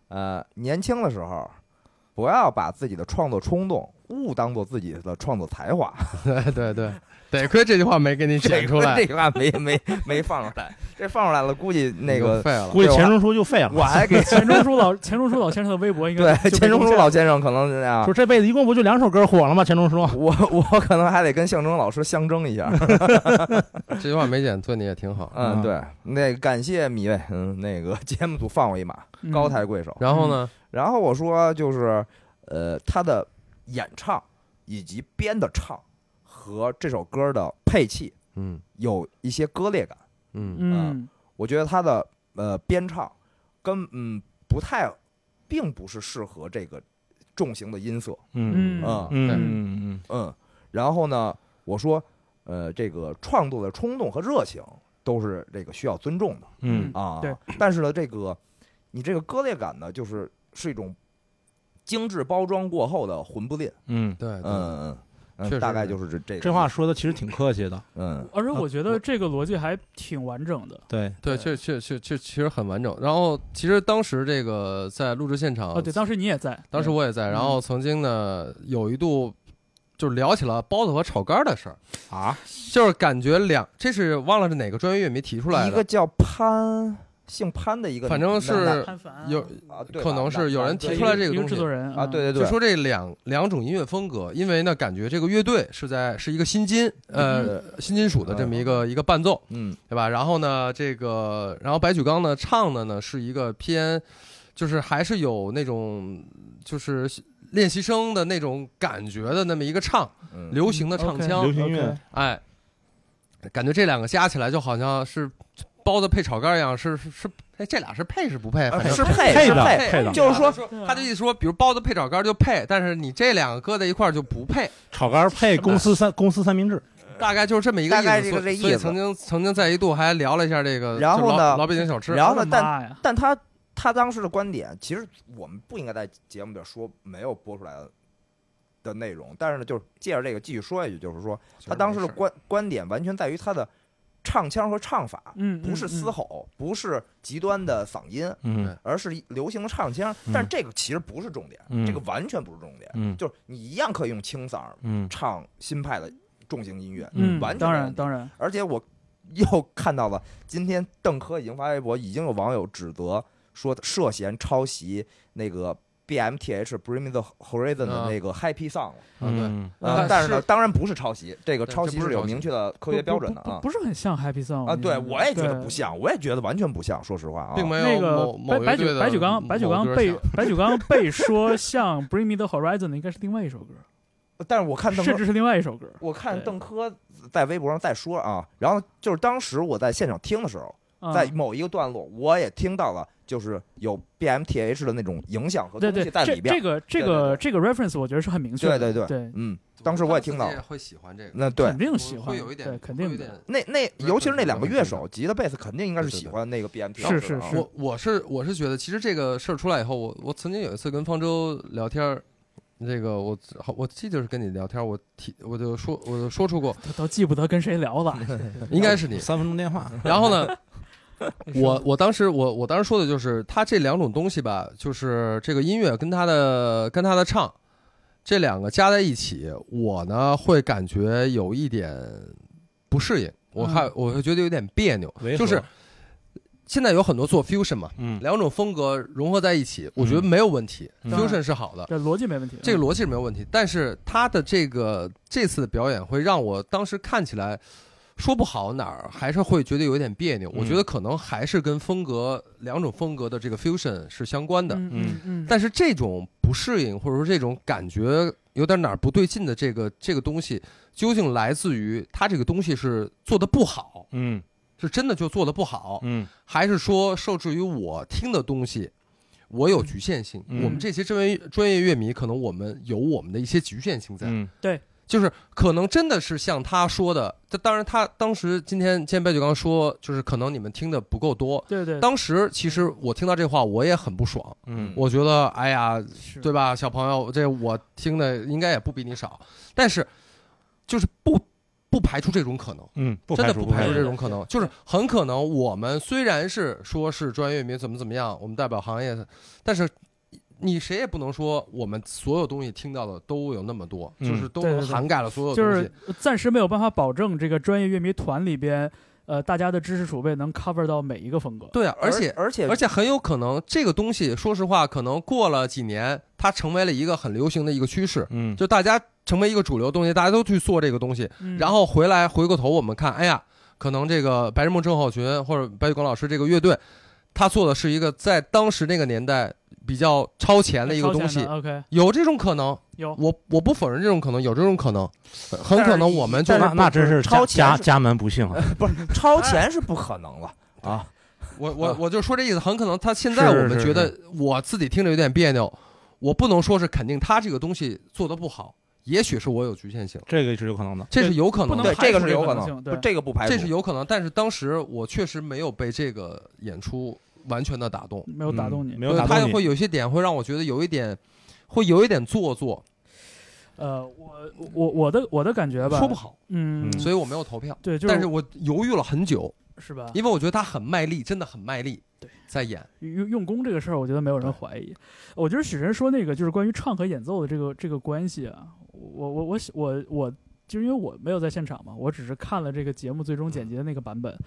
[SPEAKER 1] 呃，年轻的时候不要把自己的创作冲动误当做自己的创作才华，
[SPEAKER 4] 对对对，得亏这句话没给你剪出来，
[SPEAKER 1] 这句话没没没放出来， 这放出来了，估计那
[SPEAKER 4] 你就
[SPEAKER 1] 个
[SPEAKER 4] 废了。
[SPEAKER 3] 估计钱钟书就废了。
[SPEAKER 1] 我还给
[SPEAKER 2] 钱钟书老钱钟书老先生的微博应
[SPEAKER 1] 对
[SPEAKER 2] 该就被
[SPEAKER 1] 钱钟书
[SPEAKER 2] 公
[SPEAKER 1] 老
[SPEAKER 2] 开
[SPEAKER 1] 先生可能是那样
[SPEAKER 3] 说。这辈子一共不就两首歌火了吗？钱钟书，
[SPEAKER 1] 我我可能还得跟象征老师相争一 下，
[SPEAKER 4] 这句话没剪，对你也挺好。
[SPEAKER 1] 嗯，
[SPEAKER 3] 嗯
[SPEAKER 1] 对，那感谢米未，嗯，那个 节目组放我一马，
[SPEAKER 2] 嗯
[SPEAKER 1] 高抬贵手。
[SPEAKER 4] 然后呢，
[SPEAKER 1] 然后我说就是，呃，他的演唱以及编的唱和这首歌的配器
[SPEAKER 4] 嗯
[SPEAKER 1] 有一些割裂感。
[SPEAKER 4] 嗯
[SPEAKER 2] 嗯
[SPEAKER 1] 我觉得他的呃编唱跟嗯不太，并不是适合这个重型的音色。
[SPEAKER 2] 嗯
[SPEAKER 1] 嗯
[SPEAKER 3] 嗯
[SPEAKER 4] 对
[SPEAKER 3] 嗯
[SPEAKER 1] 嗯，然后呢，我说呃这个创作的冲动和热情都是这个需要尊重的。
[SPEAKER 3] 嗯
[SPEAKER 1] 啊，
[SPEAKER 2] 对。
[SPEAKER 1] 但是呢，这个你这个割裂感呢，就是是一种精致包装过后的混不吝。
[SPEAKER 3] 嗯
[SPEAKER 4] 哎对，对
[SPEAKER 1] 嗯嗯嗯
[SPEAKER 4] 确实
[SPEAKER 1] 嗯，大概
[SPEAKER 4] 是
[SPEAKER 1] 就是这这个。
[SPEAKER 3] 这话，说的其实挺客气的，
[SPEAKER 1] 嗯，
[SPEAKER 2] 而且我觉得这个逻辑还挺完整的。
[SPEAKER 3] 对，
[SPEAKER 4] 对，确确确确其实很完整。然后其实当时这个在录制现场
[SPEAKER 2] 哦，，对，当时你也在，
[SPEAKER 4] 啊当时我也在。然后曾经呢，有一度就聊起了包子和炒肝的事儿，
[SPEAKER 3] 啊，
[SPEAKER 4] 就是感觉两，这是忘了是哪个专业乐迷提出来
[SPEAKER 1] 一个
[SPEAKER 4] 的，
[SPEAKER 1] 叫潘，姓潘的一个男，
[SPEAKER 4] 反正是
[SPEAKER 2] 潘凡啊
[SPEAKER 4] 有
[SPEAKER 1] 啊，对吧
[SPEAKER 4] 可能是有人提出来这个
[SPEAKER 2] 一个
[SPEAKER 4] 东
[SPEAKER 2] 制
[SPEAKER 4] 西
[SPEAKER 2] 作。人
[SPEAKER 1] 啊，对对
[SPEAKER 4] 就
[SPEAKER 1] 对，
[SPEAKER 4] 说这两两种音乐风格，因为呢，感觉这个乐队是在是一个新金呃新金属的这么一个一个伴奏，
[SPEAKER 1] 嗯
[SPEAKER 4] 对吧？然后呢，这个，然后白举纲呢唱的呢是一个偏，就是还是有那种就是练习生的那种感觉的那么一个唱，
[SPEAKER 1] 嗯，
[SPEAKER 4] 流行的唱腔，
[SPEAKER 3] 流行音乐，
[SPEAKER 4] 哎，感觉这两个加起来就好像是包子配炒肝一样，是是是，哎，这俩是配是不配？
[SPEAKER 1] 啊
[SPEAKER 4] 反正
[SPEAKER 1] 是配
[SPEAKER 3] 配
[SPEAKER 1] 是
[SPEAKER 3] 的
[SPEAKER 1] 配，
[SPEAKER 3] 配的，
[SPEAKER 1] 就是说
[SPEAKER 2] 嗯
[SPEAKER 4] 他就一说，比如包子配炒肝就配，但是你这两个搁在一块儿就不配，
[SPEAKER 3] 炒肝配公司三公司三明治，
[SPEAKER 4] 大概就是这么一个
[SPEAKER 1] 大概
[SPEAKER 4] 意思。
[SPEAKER 1] 这个
[SPEAKER 4] 所以
[SPEAKER 1] 这
[SPEAKER 4] 所以
[SPEAKER 1] 意思
[SPEAKER 4] 曾经曾经在一度还聊了一下这个，
[SPEAKER 1] 然后
[SPEAKER 4] 就是老
[SPEAKER 1] 呢
[SPEAKER 4] 老北京小吃，
[SPEAKER 1] 然后呢
[SPEAKER 2] 我，的
[SPEAKER 1] 但
[SPEAKER 2] 妈呀，
[SPEAKER 1] 但他他当时的观点，其实我们不应该在节目里边说没有播出来的的内容，但是呢，就是借着这个继续说下去，就是说他当时的
[SPEAKER 4] 没事儿
[SPEAKER 1] 观观点完全在于他的唱腔和唱法，
[SPEAKER 2] 嗯，
[SPEAKER 1] 不是嘶
[SPEAKER 2] 嗯，
[SPEAKER 1] 吼，不是极端的嗓音，
[SPEAKER 3] 嗯
[SPEAKER 1] 而是流行的唱腔
[SPEAKER 3] 嗯。
[SPEAKER 1] 但是这个其实不是重点，
[SPEAKER 3] 嗯
[SPEAKER 1] 这个完全不是重点，
[SPEAKER 3] 嗯
[SPEAKER 1] 就是你一样可以用清嗓
[SPEAKER 3] 嗯
[SPEAKER 1] 唱新派的重型音乐，
[SPEAKER 2] 嗯，
[SPEAKER 1] 完全
[SPEAKER 2] 当
[SPEAKER 1] 没
[SPEAKER 2] 然
[SPEAKER 1] 问题
[SPEAKER 2] 当然，
[SPEAKER 1] 而且我又看到了，今天邓科已经发微博，已经有网友指责说涉嫌抄袭那个 BMTH Bring Me the Horizon 的那个 Happy Song 了。
[SPEAKER 3] 嗯，
[SPEAKER 1] 呃
[SPEAKER 4] 但
[SPEAKER 1] 但是
[SPEAKER 4] 是
[SPEAKER 1] 呢，当然不是抄袭，这个
[SPEAKER 4] 对
[SPEAKER 1] 抄
[SPEAKER 4] 这
[SPEAKER 1] 袭
[SPEAKER 4] 不是
[SPEAKER 1] 有
[SPEAKER 4] 抄袭
[SPEAKER 1] 明确的科学标准的
[SPEAKER 2] 不不
[SPEAKER 1] 啊
[SPEAKER 2] 不。不是很像 Happy Song 嗯
[SPEAKER 1] 啊，对，我也觉得
[SPEAKER 2] 对
[SPEAKER 1] 不像，我也觉得完全不像，说实话啊，
[SPEAKER 4] 并没有
[SPEAKER 2] 那个
[SPEAKER 4] 某
[SPEAKER 2] 白
[SPEAKER 4] 某
[SPEAKER 2] 白
[SPEAKER 4] 乐
[SPEAKER 2] 举
[SPEAKER 4] 队的
[SPEAKER 2] 白举纲白举
[SPEAKER 4] 某
[SPEAKER 2] 纲
[SPEAKER 4] 歌
[SPEAKER 2] 被
[SPEAKER 4] 像
[SPEAKER 2] 白举纲被说像 Bring Me the Horizon 的应该是另外一首歌，
[SPEAKER 1] 但是我 看邓
[SPEAKER 2] 甚
[SPEAKER 1] 科，
[SPEAKER 2] 至是另外一首歌。
[SPEAKER 1] 我看
[SPEAKER 2] 对
[SPEAKER 1] 邓科在微博上在说啊，然后就是当时我在现场听的时候，
[SPEAKER 2] 嗯
[SPEAKER 1] 在某一个段落，我也听到了，就是有 BMTH 的那种影响和
[SPEAKER 2] 对
[SPEAKER 1] 东
[SPEAKER 2] 对
[SPEAKER 1] 西在
[SPEAKER 2] 这
[SPEAKER 1] 里边
[SPEAKER 2] 这。个这
[SPEAKER 1] 对对
[SPEAKER 2] 个这个 reference 我觉得是很明确
[SPEAKER 1] 对
[SPEAKER 2] 的，
[SPEAKER 1] 对
[SPEAKER 2] 对
[SPEAKER 1] 对，嗯，当时我也听到
[SPEAKER 4] 他们
[SPEAKER 1] 了
[SPEAKER 4] 自己。会喜欢这个，
[SPEAKER 1] 那对
[SPEAKER 2] 肯，定喜欢，
[SPEAKER 4] 会有一点，
[SPEAKER 2] 对，肯定
[SPEAKER 4] 会有一
[SPEAKER 2] 的
[SPEAKER 4] 点。
[SPEAKER 1] 那那
[SPEAKER 4] 对
[SPEAKER 1] 尤其是那两个乐
[SPEAKER 4] 对
[SPEAKER 1] 手，吉他、贝斯肯定应该是
[SPEAKER 4] 对对
[SPEAKER 1] 喜欢那个 BMT。
[SPEAKER 2] 是是是
[SPEAKER 4] 我我是我是觉得，其实这个事儿出来以后，我我曾经有一次跟方舟聊天儿，这个我好我记得是跟你聊天儿，我提我就说我就说出过，
[SPEAKER 2] 都都记不得跟谁 聊了。
[SPEAKER 4] 应该是你。
[SPEAKER 3] 嗯三分钟电话，
[SPEAKER 4] 然后呢，我我当时我我当时说的就是，他这两种东西吧，就是这个音乐跟他的跟他的唱这两个加在一起，我呢会感觉有一点不适应，我还
[SPEAKER 2] 嗯
[SPEAKER 4] 我会觉得有点别扭
[SPEAKER 3] 违，和
[SPEAKER 4] 就是现在有很多做 fusion 嘛，
[SPEAKER 3] 嗯，
[SPEAKER 4] 两种风格融合在一起，我觉得没有问题、
[SPEAKER 3] 嗯
[SPEAKER 4] f u s i o n 是好的，
[SPEAKER 2] 这逻辑没问题。嗯
[SPEAKER 4] 这个逻辑是没有问题。但是他的这个这次的表演会让我当时看起来说不好哪儿，还是会觉得有点别扭。
[SPEAKER 3] 嗯
[SPEAKER 4] 我觉得可能还是跟风格两种风格的这个 fusion 是相关的，
[SPEAKER 2] 嗯嗯嗯，
[SPEAKER 4] 但是这种不适应或者说这种感觉有点哪儿不对劲的这个这个东西，究竟来自于他这个东西是做的不好，
[SPEAKER 3] 嗯
[SPEAKER 4] 是真的就做的不好，
[SPEAKER 3] 嗯
[SPEAKER 4] 还是说受制于我听的东西，我有局限性。
[SPEAKER 3] 嗯
[SPEAKER 4] 我们这些专业专业乐迷，可能我们有我们的一些局限性在，
[SPEAKER 3] 嗯
[SPEAKER 4] 就是可能真的是像他说的，这当然他当时今天今天白举刚说，就是可能你们听的不够多。
[SPEAKER 2] 对对，
[SPEAKER 4] 当时其实我听到这话，我也很不爽，
[SPEAKER 3] 嗯，
[SPEAKER 4] 我觉得哎呀，
[SPEAKER 2] 是
[SPEAKER 4] 对吧，小朋友，这我听的应该也不比你少，但是就是不不排除这种可能。
[SPEAKER 3] 嗯，不
[SPEAKER 4] 真的
[SPEAKER 3] 除
[SPEAKER 4] 不
[SPEAKER 3] 不
[SPEAKER 4] 排除
[SPEAKER 3] 除
[SPEAKER 4] 这种可能，就是很可能我们虽然是说是专业乐迷怎么怎么样，我们代表行业，但是你谁也不能说我们所有东西听到的都有那么多，
[SPEAKER 3] 嗯
[SPEAKER 4] 就是都
[SPEAKER 2] 对对
[SPEAKER 4] 能
[SPEAKER 2] 对
[SPEAKER 4] 涵盖了所有
[SPEAKER 2] 就
[SPEAKER 4] 东西。
[SPEAKER 2] 是暂时没有办法保证这个专业乐迷团里边，呃，大家的知识储备能 cover 到每一个风格。
[SPEAKER 4] 对啊，而且
[SPEAKER 1] 而且
[SPEAKER 4] 而且很有可能这个东西，说实话，可能过了几年，它成为了一个很流行的一个趋势，
[SPEAKER 3] 嗯，
[SPEAKER 4] 就大家成为一个主流东西，大家都去做这个东西，
[SPEAKER 2] 嗯
[SPEAKER 4] 然后回来回过头我们看，哎呀，可能这个白日梦症候群或者嗯白玉光老师这个乐队，他做的是一个在当时那个年代比较超前的一个
[SPEAKER 2] 超前
[SPEAKER 4] 东西
[SPEAKER 2] 的，OK，嗯
[SPEAKER 4] 有这种可能，
[SPEAKER 2] 有
[SPEAKER 4] 我我不否认这种可能，有这种可能，呃很可能我们就
[SPEAKER 1] 但是
[SPEAKER 3] 那那真是家
[SPEAKER 1] 超前
[SPEAKER 3] 家
[SPEAKER 1] 是
[SPEAKER 3] 家门不幸啊，
[SPEAKER 1] 不是超前是不可能了啊！
[SPEAKER 4] 我我我就说这意思，很可能他现在我们觉得我自己听着有点别扭，我不能说是肯定他这个东西做的不好，也许是我有局限性，
[SPEAKER 3] 这个是有可能的。嗯
[SPEAKER 4] 这是有可能
[SPEAKER 2] 不
[SPEAKER 4] 的
[SPEAKER 2] 能。
[SPEAKER 1] 对，
[SPEAKER 2] 排
[SPEAKER 1] 这个
[SPEAKER 2] 除
[SPEAKER 1] 是
[SPEAKER 2] 这
[SPEAKER 1] 有
[SPEAKER 2] 个
[SPEAKER 1] 可
[SPEAKER 2] 可能
[SPEAKER 1] 能，
[SPEAKER 2] 性
[SPEAKER 1] 不
[SPEAKER 2] 对
[SPEAKER 1] 这个不排除，
[SPEAKER 4] 这是有可能，但是当时我确实没有被这个演出完全的打动，
[SPEAKER 2] 没有打动你。
[SPEAKER 3] 嗯没有
[SPEAKER 4] 对，
[SPEAKER 3] 打
[SPEAKER 4] 他
[SPEAKER 3] 动
[SPEAKER 4] 也
[SPEAKER 3] 你。
[SPEAKER 4] 会有些点会让我觉得有一点，会有一点做作，
[SPEAKER 2] 呃，我我我的我的感觉吧，
[SPEAKER 4] 说不，好，
[SPEAKER 2] 嗯，
[SPEAKER 3] 嗯
[SPEAKER 4] 所以我没有投票。
[SPEAKER 2] 对，就
[SPEAKER 4] 但是我犹豫了很久，
[SPEAKER 2] 是吧？
[SPEAKER 4] 因为我觉得他很卖力，真的很卖力，
[SPEAKER 2] 对，
[SPEAKER 4] 在演，
[SPEAKER 2] 用用功这个事儿，我觉得没有人怀疑。我觉得许晨说那个就是关于唱和演奏的这个这个关系啊，我我我我我，就是因为我没有在现场嘛，我只是看了这个节目最终剪辑的那个版本。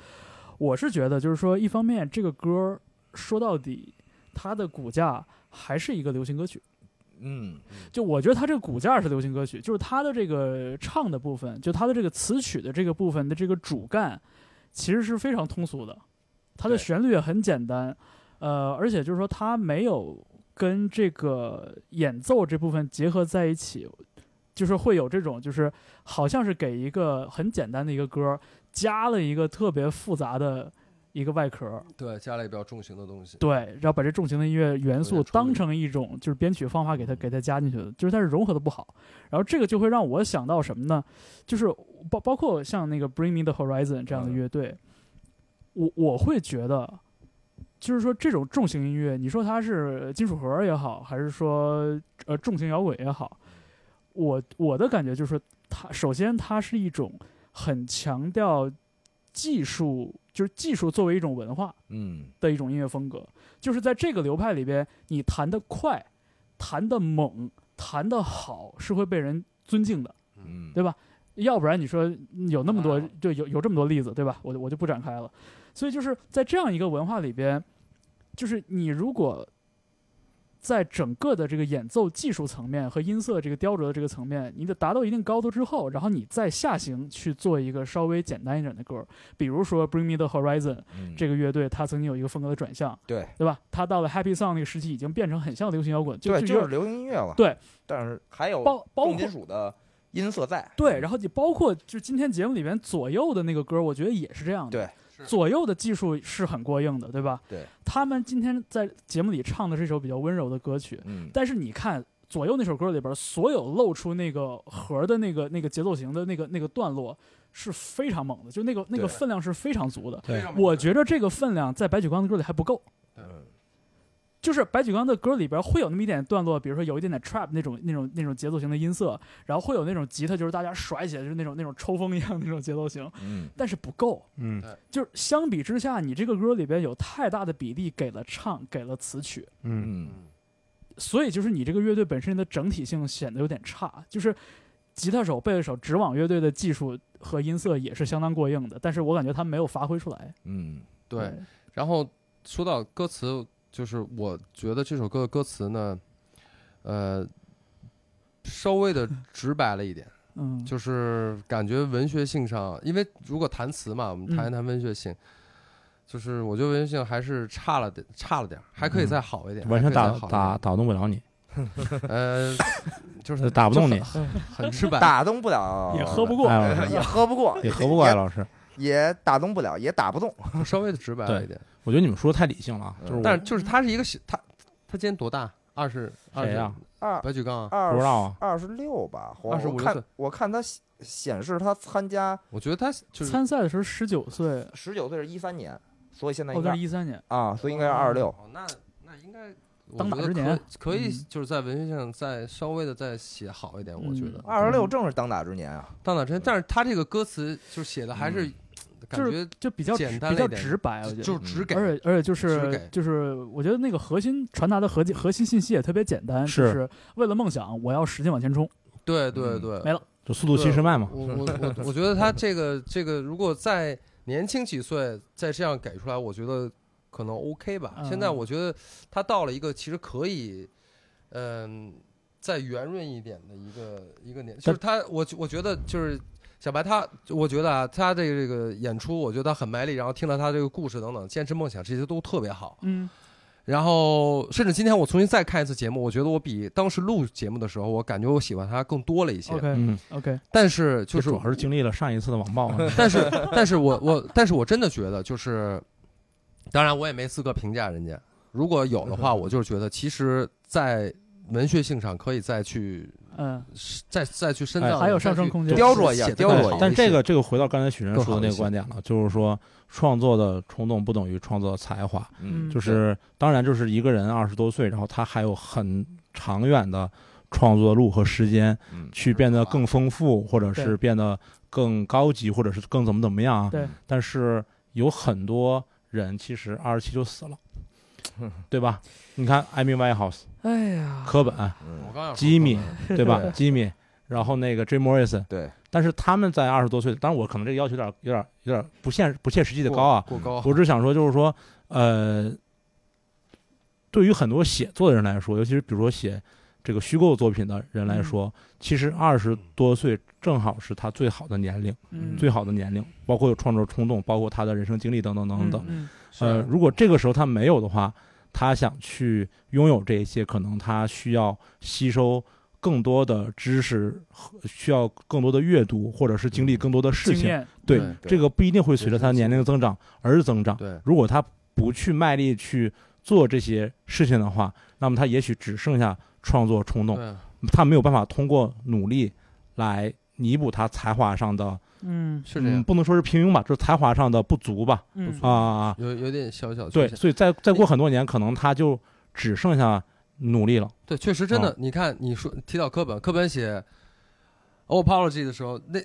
[SPEAKER 2] 我是觉得就是说，一方面这个歌儿说到底，它的骨架还是一个流行歌曲。
[SPEAKER 1] 嗯，
[SPEAKER 2] 就我觉得它这个骨架是流行歌曲，就是它的这个唱的部分，就它的这个词曲的这个部分的这个主干，其实是非常通俗的，它的
[SPEAKER 1] 对
[SPEAKER 2] 旋律也很简单，呃，而且就是说它没有跟这个演奏这部分结合在一起，就是会有这种就是好像是给一个很简单的一个歌加了一个特别复杂的一个外壳，
[SPEAKER 4] 对，加了一比较重型的东西，
[SPEAKER 2] 对，然后把这重型的音乐元素
[SPEAKER 4] 有点冲
[SPEAKER 2] 当成一种就是编曲方法给它给它加进去的，就是它是融合的不好。然后这个就会让我想到什么呢？就是包包括像那个 Bring Me the Horizon 这样的
[SPEAKER 4] 嗯
[SPEAKER 2] 乐队，我我会觉得，就是说这种重型音乐，你说它是金属核也好，还是说呃重型摇滚也好，我我的感觉就是它首先它是一种很强调技术，就是技术作为一种文化。
[SPEAKER 1] 嗯，
[SPEAKER 2] 的一种音乐风格，就是在这个流派里边，你弹得快、弹得猛、弹得好是会被人尊敬的，
[SPEAKER 1] 嗯，
[SPEAKER 2] 对吧？要不然你说有那么多
[SPEAKER 4] 啊，
[SPEAKER 2] 对，有有这么多例子，对吧？我就我就不展开了。所以就是在这样一个文化里边，就是你如果在整个的这个演奏技术层面和音色这个雕琢的这个层面，你得达到一定高度之后，然后你再下行去做一个稍微简单一点的歌儿，比如说《Bring Me the Horizon》，
[SPEAKER 1] 嗯
[SPEAKER 2] 这个乐队它曾经有一个风格的转向，
[SPEAKER 1] 对
[SPEAKER 2] 对吧？它到了 Happy Song 那个时期，已经变成很像流行摇滚，
[SPEAKER 1] 对
[SPEAKER 2] 就
[SPEAKER 1] 就是
[SPEAKER 2] 有
[SPEAKER 1] 流行音乐了，
[SPEAKER 2] 对，
[SPEAKER 1] 但是还有
[SPEAKER 2] 包包
[SPEAKER 1] 重金
[SPEAKER 2] 括
[SPEAKER 1] 属的音色在，
[SPEAKER 2] 对，然后你包括就今天节目里面左右的那个歌，我觉得也是这样的。
[SPEAKER 1] 对，
[SPEAKER 2] 左右的技术是很过硬的，对吧？
[SPEAKER 1] 对。
[SPEAKER 2] 他们今天在节目里唱的是一首比较温柔的歌曲，
[SPEAKER 1] 嗯，
[SPEAKER 2] 但是你看左右那首歌里边，所有露出那个和的那个那个节奏型的那个那个段落是非常猛的，就那个那
[SPEAKER 1] 对
[SPEAKER 2] 个分量是非常足的。
[SPEAKER 3] 对
[SPEAKER 2] 我觉得这个分量在白举纲的歌里还不够。
[SPEAKER 1] 嗯
[SPEAKER 2] 就是白举纲的歌里边会有那么一点段落，比如说有一点点 trap 那种那种那种节奏型的音色，然后会有那种吉他，就是大家甩起来就是那种那种抽风一样的那种节奏型，
[SPEAKER 1] 嗯，
[SPEAKER 2] 但是不够。
[SPEAKER 3] 嗯
[SPEAKER 2] 就是相比之下，你这个歌里边有太大的比例给了唱，给了词曲，
[SPEAKER 3] 嗯
[SPEAKER 1] 嗯，
[SPEAKER 2] 所以就是你这个乐队本身的整体性显得有点差。就是吉他手、贝斯手、直网乐队的技术和音色也是相当过硬的，但是我感觉他们没有发挥出来。
[SPEAKER 1] 嗯，
[SPEAKER 4] 对，然后说到歌词，就是我觉得这首歌的歌词呢，呃，稍微的直白了一点，
[SPEAKER 2] 嗯，
[SPEAKER 4] 就是感觉文学性上，因为如果谈词嘛，我们谈一
[SPEAKER 2] 嗯
[SPEAKER 4] 谈文学性，就是我觉得文学性还是差了点，差了点，还可以再好一点，
[SPEAKER 3] 嗯完
[SPEAKER 4] 还
[SPEAKER 3] 全
[SPEAKER 4] 可以
[SPEAKER 3] 打
[SPEAKER 4] 再好一点
[SPEAKER 3] 打打动不了你，
[SPEAKER 4] 呃，就是
[SPEAKER 3] 打不动你
[SPEAKER 4] 就很，很直白，
[SPEAKER 1] 打动不了，
[SPEAKER 2] 也喝不过，
[SPEAKER 3] 哎我
[SPEAKER 1] 也喝不过，
[SPEAKER 3] 也合不过来，老师。
[SPEAKER 1] 也打动不了，也打不动。
[SPEAKER 4] 稍微的直白了一点，
[SPEAKER 3] 我觉得你们说的太理性了啊，就是我
[SPEAKER 4] 但是就是他是一个小他他今年多大？二十二
[SPEAKER 3] 谁
[SPEAKER 4] 十
[SPEAKER 3] 呀？
[SPEAKER 1] 二
[SPEAKER 4] 白举纲啊，
[SPEAKER 1] 二
[SPEAKER 3] 不知道啊，
[SPEAKER 1] 二十六吧，我
[SPEAKER 4] 25
[SPEAKER 1] 我
[SPEAKER 4] 岁
[SPEAKER 1] 看我看他显显示他参加
[SPEAKER 4] 我觉得他就是
[SPEAKER 2] 参赛的时候十九岁，哦，
[SPEAKER 1] 十九岁是一三年，所以现在应
[SPEAKER 2] 那
[SPEAKER 1] 该
[SPEAKER 2] 是一三年。
[SPEAKER 1] 啊，所以应该是二十六。
[SPEAKER 4] 哦，那那应该。我
[SPEAKER 2] 当
[SPEAKER 4] 觉
[SPEAKER 2] 打
[SPEAKER 4] 得
[SPEAKER 2] 之
[SPEAKER 4] 可
[SPEAKER 2] 年
[SPEAKER 4] 可以
[SPEAKER 2] 嗯
[SPEAKER 4] 就是在文学上再稍微的再写好一点，我觉
[SPEAKER 2] 嗯
[SPEAKER 4] 得
[SPEAKER 1] 二十六正是当打之年啊，
[SPEAKER 4] 当打之年，但是他这个歌词就是写的还是感
[SPEAKER 2] 就是
[SPEAKER 4] 觉
[SPEAKER 2] 就比较直
[SPEAKER 4] 简单了
[SPEAKER 2] 比较
[SPEAKER 4] 一点
[SPEAKER 2] 直白，我觉得
[SPEAKER 4] 就是只给，
[SPEAKER 2] 而且而且就
[SPEAKER 4] 只
[SPEAKER 2] 是
[SPEAKER 4] 给
[SPEAKER 2] 就是，我觉得那个核心传达的核核心信息也特别简单，就是是为了梦想，我要使劲往前冲。
[SPEAKER 4] 对对
[SPEAKER 1] 嗯
[SPEAKER 4] 对，
[SPEAKER 2] 没了
[SPEAKER 3] 就速度七十迈嘛，
[SPEAKER 4] 我我我我觉得他这个这个如果再年轻几岁再这样给出来，我觉得可能 OK 吧。
[SPEAKER 2] 嗯
[SPEAKER 4] 现在我觉得他到了一个其实可以，嗯、再圆润一点的一个一个年，就是他我我觉得就是。小白他，我觉得啊，他这个这个演出，我觉得他很卖力，然后听了他这个故事等等，坚持梦想这些都特别好。
[SPEAKER 2] 嗯
[SPEAKER 4] 然后，甚至今天我重新再看一次节目，我觉得我比当时录节目的时候，我感觉我喜欢他更多了一些。
[SPEAKER 2] ，OK
[SPEAKER 3] 嗯，
[SPEAKER 2] OK，
[SPEAKER 4] 但是就是
[SPEAKER 3] 这
[SPEAKER 4] 嗯
[SPEAKER 3] 主要是经历了上一次的网暴啊，
[SPEAKER 4] 但是，但是我我，但是我真的觉得，就是，当然我也没资格评价人家。如果有的话，我就是觉得，其实，在文学性上可以再去
[SPEAKER 2] 嗯，
[SPEAKER 4] 再再去深
[SPEAKER 3] 哎
[SPEAKER 4] 造，
[SPEAKER 2] 还有
[SPEAKER 4] 再
[SPEAKER 2] 上
[SPEAKER 4] 去
[SPEAKER 2] 升空间。
[SPEAKER 1] 雕琢一下
[SPEAKER 4] 写得
[SPEAKER 1] 雕
[SPEAKER 4] 更
[SPEAKER 1] 琢一
[SPEAKER 4] 好
[SPEAKER 1] 下
[SPEAKER 3] 但
[SPEAKER 4] 些
[SPEAKER 3] 这个这个回到刚才许晨
[SPEAKER 4] 更
[SPEAKER 3] 说
[SPEAKER 4] 好
[SPEAKER 3] 的那
[SPEAKER 4] 一
[SPEAKER 3] 个
[SPEAKER 4] 些
[SPEAKER 3] 观点了，就是说创作的冲动不等于创作的才华，
[SPEAKER 2] 嗯
[SPEAKER 3] 就是当然就是一个人二十多岁，然后他还有很长远的创作路和时间
[SPEAKER 1] 嗯。
[SPEAKER 3] 去变得更丰富，或者
[SPEAKER 2] 对
[SPEAKER 3] 是变得更高级，或者是更怎么怎么样啊。
[SPEAKER 2] 对
[SPEAKER 3] 但是有很多人其实二十七就死 了对吧？你看艾米· h o u s
[SPEAKER 2] 哎呀
[SPEAKER 3] e，科 本，
[SPEAKER 4] 我
[SPEAKER 1] 嗯，
[SPEAKER 4] 刚想说
[SPEAKER 3] 吉米
[SPEAKER 4] 可能
[SPEAKER 3] 对吧？
[SPEAKER 1] 对
[SPEAKER 3] 吉米，然后那个 Jim Morrison，
[SPEAKER 1] 对，
[SPEAKER 3] 但是他们在二十多岁，当然我可能这个要求有点、有点、有点不现不切实际的
[SPEAKER 4] 过
[SPEAKER 3] 高啊。
[SPEAKER 4] 过高，
[SPEAKER 3] 我只想说，就是说，呃，对于很多写作的人来说，尤其是比如说写这个虚构作品的人来说，其实二十多岁正好是他最好的年龄，
[SPEAKER 2] 嗯，
[SPEAKER 3] 最好的年龄，包括有创作冲动，包括他的人生经历等等等等。
[SPEAKER 2] 嗯，
[SPEAKER 4] 是
[SPEAKER 3] 呃，如果这个时候他没有的话，他想去拥有这一些，可能他需要吸收更多的知识，和需要更多的阅读，或者是经历更多的事
[SPEAKER 2] 经
[SPEAKER 3] 情。
[SPEAKER 2] 验，
[SPEAKER 3] 对
[SPEAKER 4] 对，
[SPEAKER 3] 这个不一定会随着他的年龄增长而增长。
[SPEAKER 4] 对
[SPEAKER 3] 如果他不去卖力去做这些事情的话，那么他也许只剩下创作冲动，
[SPEAKER 4] 对
[SPEAKER 3] 他没有办法通过努力来弥补他才华上的，
[SPEAKER 2] 嗯
[SPEAKER 4] 是这样
[SPEAKER 3] 嗯，，不能说是平庸吧，就是才华上的不足吧，
[SPEAKER 2] 嗯
[SPEAKER 3] 啊啊啊！
[SPEAKER 4] 有有点小小缺
[SPEAKER 3] 对，
[SPEAKER 4] 陷
[SPEAKER 3] 所以再再过很多年，可能他就只剩下努力了。
[SPEAKER 4] 对，确实真的
[SPEAKER 3] 啊。
[SPEAKER 4] 你看，你说提到科本，科本写《Apology》的时候，那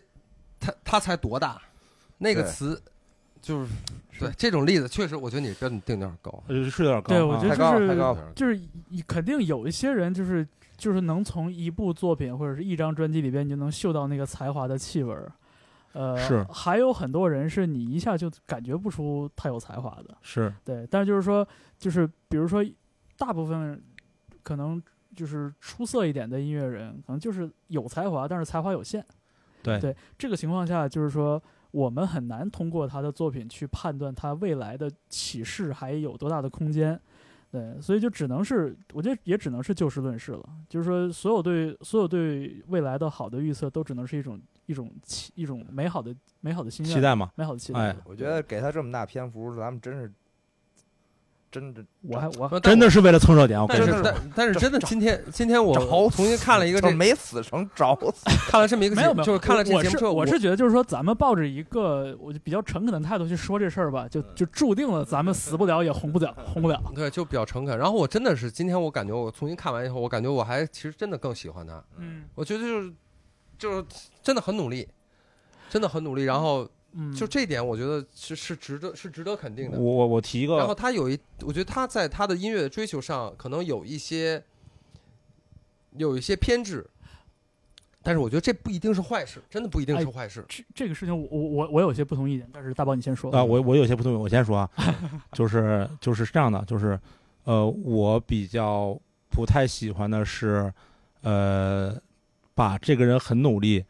[SPEAKER 4] 他他才多大？那个
[SPEAKER 1] 对
[SPEAKER 4] 词就是对这种例子，确实我觉得你标准定有点高。
[SPEAKER 3] 呃，就是有点高。
[SPEAKER 2] 对我觉得
[SPEAKER 1] 太
[SPEAKER 2] 这
[SPEAKER 1] 高
[SPEAKER 2] 是
[SPEAKER 1] 了，太高了，
[SPEAKER 2] 就是一肯定有一些人就是就是能从一部作品或者是一张专辑里边，你就能嗅到那个才华的气味儿。呃，
[SPEAKER 3] 是
[SPEAKER 2] 还有很多人是你一下就感觉不出他有才华的，
[SPEAKER 3] 是
[SPEAKER 2] 对。但是就是说，就是比如说，大部分可能就是出色一点的音乐人，可能就是有才华，但是才华有限。
[SPEAKER 3] 对
[SPEAKER 2] 对这个情况下，就是说我们很难通过他的作品去判断他未来的启示还有多大的空间。对，所以就只能是，我觉得也只能是就事论事了。就是说，所有对所有对未来的好的预测，都只能是一种一种期一种美好的美好的心愿，
[SPEAKER 3] 期待嘛，
[SPEAKER 2] 美好的期
[SPEAKER 3] 哎
[SPEAKER 2] 待。
[SPEAKER 1] 我觉得给他这么大篇幅，咱们真是真的
[SPEAKER 2] 我还我还
[SPEAKER 4] 但
[SPEAKER 3] 真的是为了蹭热点，我跟
[SPEAKER 4] 但
[SPEAKER 1] 真
[SPEAKER 3] 你说
[SPEAKER 1] 的
[SPEAKER 4] 是
[SPEAKER 1] 是
[SPEAKER 4] 但但是真的，
[SPEAKER 1] 找
[SPEAKER 4] 今天今天我
[SPEAKER 1] 找
[SPEAKER 4] 重新看了一个这
[SPEAKER 1] 就没死成找 死。
[SPEAKER 4] 看了这么一个
[SPEAKER 2] 没
[SPEAKER 4] 节
[SPEAKER 2] 有
[SPEAKER 4] 目，
[SPEAKER 2] 没有，
[SPEAKER 4] 就是看了这
[SPEAKER 2] 我
[SPEAKER 4] 节目之
[SPEAKER 2] 是
[SPEAKER 4] 后，
[SPEAKER 2] 我是觉得就是说，咱们抱着一个我就比较诚恳的态度去说这事儿吧，
[SPEAKER 3] 嗯
[SPEAKER 2] 就就注定了咱们死不了也红不了，红不了。
[SPEAKER 4] 对就比较诚恳。然后我真的是今天我感觉我重新看完以后，我感觉我还其实真的更喜欢他。
[SPEAKER 2] 嗯
[SPEAKER 4] 我觉得就是就是真的很努力，真的很努力。然后
[SPEAKER 2] 嗯，
[SPEAKER 4] 就这一点，我觉得是是值得是值得肯定的。
[SPEAKER 3] 我我我提一
[SPEAKER 4] 然后
[SPEAKER 3] 个，
[SPEAKER 4] 他有一，我觉得他在他的音乐追求上可能有一些有一些偏执，但是我觉得这不一定是坏事，真的不一定是坏事。
[SPEAKER 2] 这这个事情我，我我我有些不同意见，但是大宝你先说嗯
[SPEAKER 3] 啊，我我有些不同意，我先说啊，就是就是这样的，就是呃，我比较不太喜欢的是，呃，把这个人很努力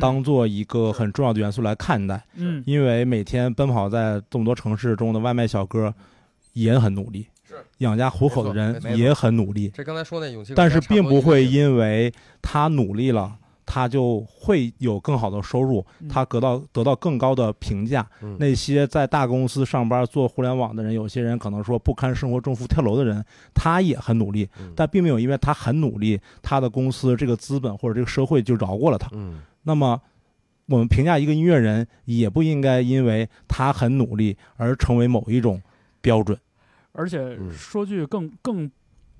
[SPEAKER 3] 当做一个很重要的元素来看待，
[SPEAKER 2] 嗯
[SPEAKER 3] 因为每天奔跑在这么多城市中的外卖小哥也很努力，
[SPEAKER 4] 是
[SPEAKER 3] 养家糊口
[SPEAKER 4] 没
[SPEAKER 3] 的
[SPEAKER 4] 错
[SPEAKER 1] 没
[SPEAKER 3] 人
[SPEAKER 1] 错
[SPEAKER 3] 也很努力，
[SPEAKER 4] 这刚才说那勇气，
[SPEAKER 3] 但是并不会
[SPEAKER 4] 因
[SPEAKER 3] 因为他努力了，他就会有更好的收入，
[SPEAKER 2] 嗯
[SPEAKER 3] 他得到得到更高的评价。
[SPEAKER 4] 嗯
[SPEAKER 3] 那些在大公司上班做互联网的人，有些人可能说不堪生活重负跳楼的人，他也很努力，
[SPEAKER 4] 嗯
[SPEAKER 3] 但并没有因为他很努力，他的公司这个资本或者这个社会就饶过了他。
[SPEAKER 4] 嗯
[SPEAKER 3] 那么，我们评价一个音乐人，也不应该因为他很努力而成为某一种标准。
[SPEAKER 2] 而且
[SPEAKER 4] 嗯
[SPEAKER 2] 说句更更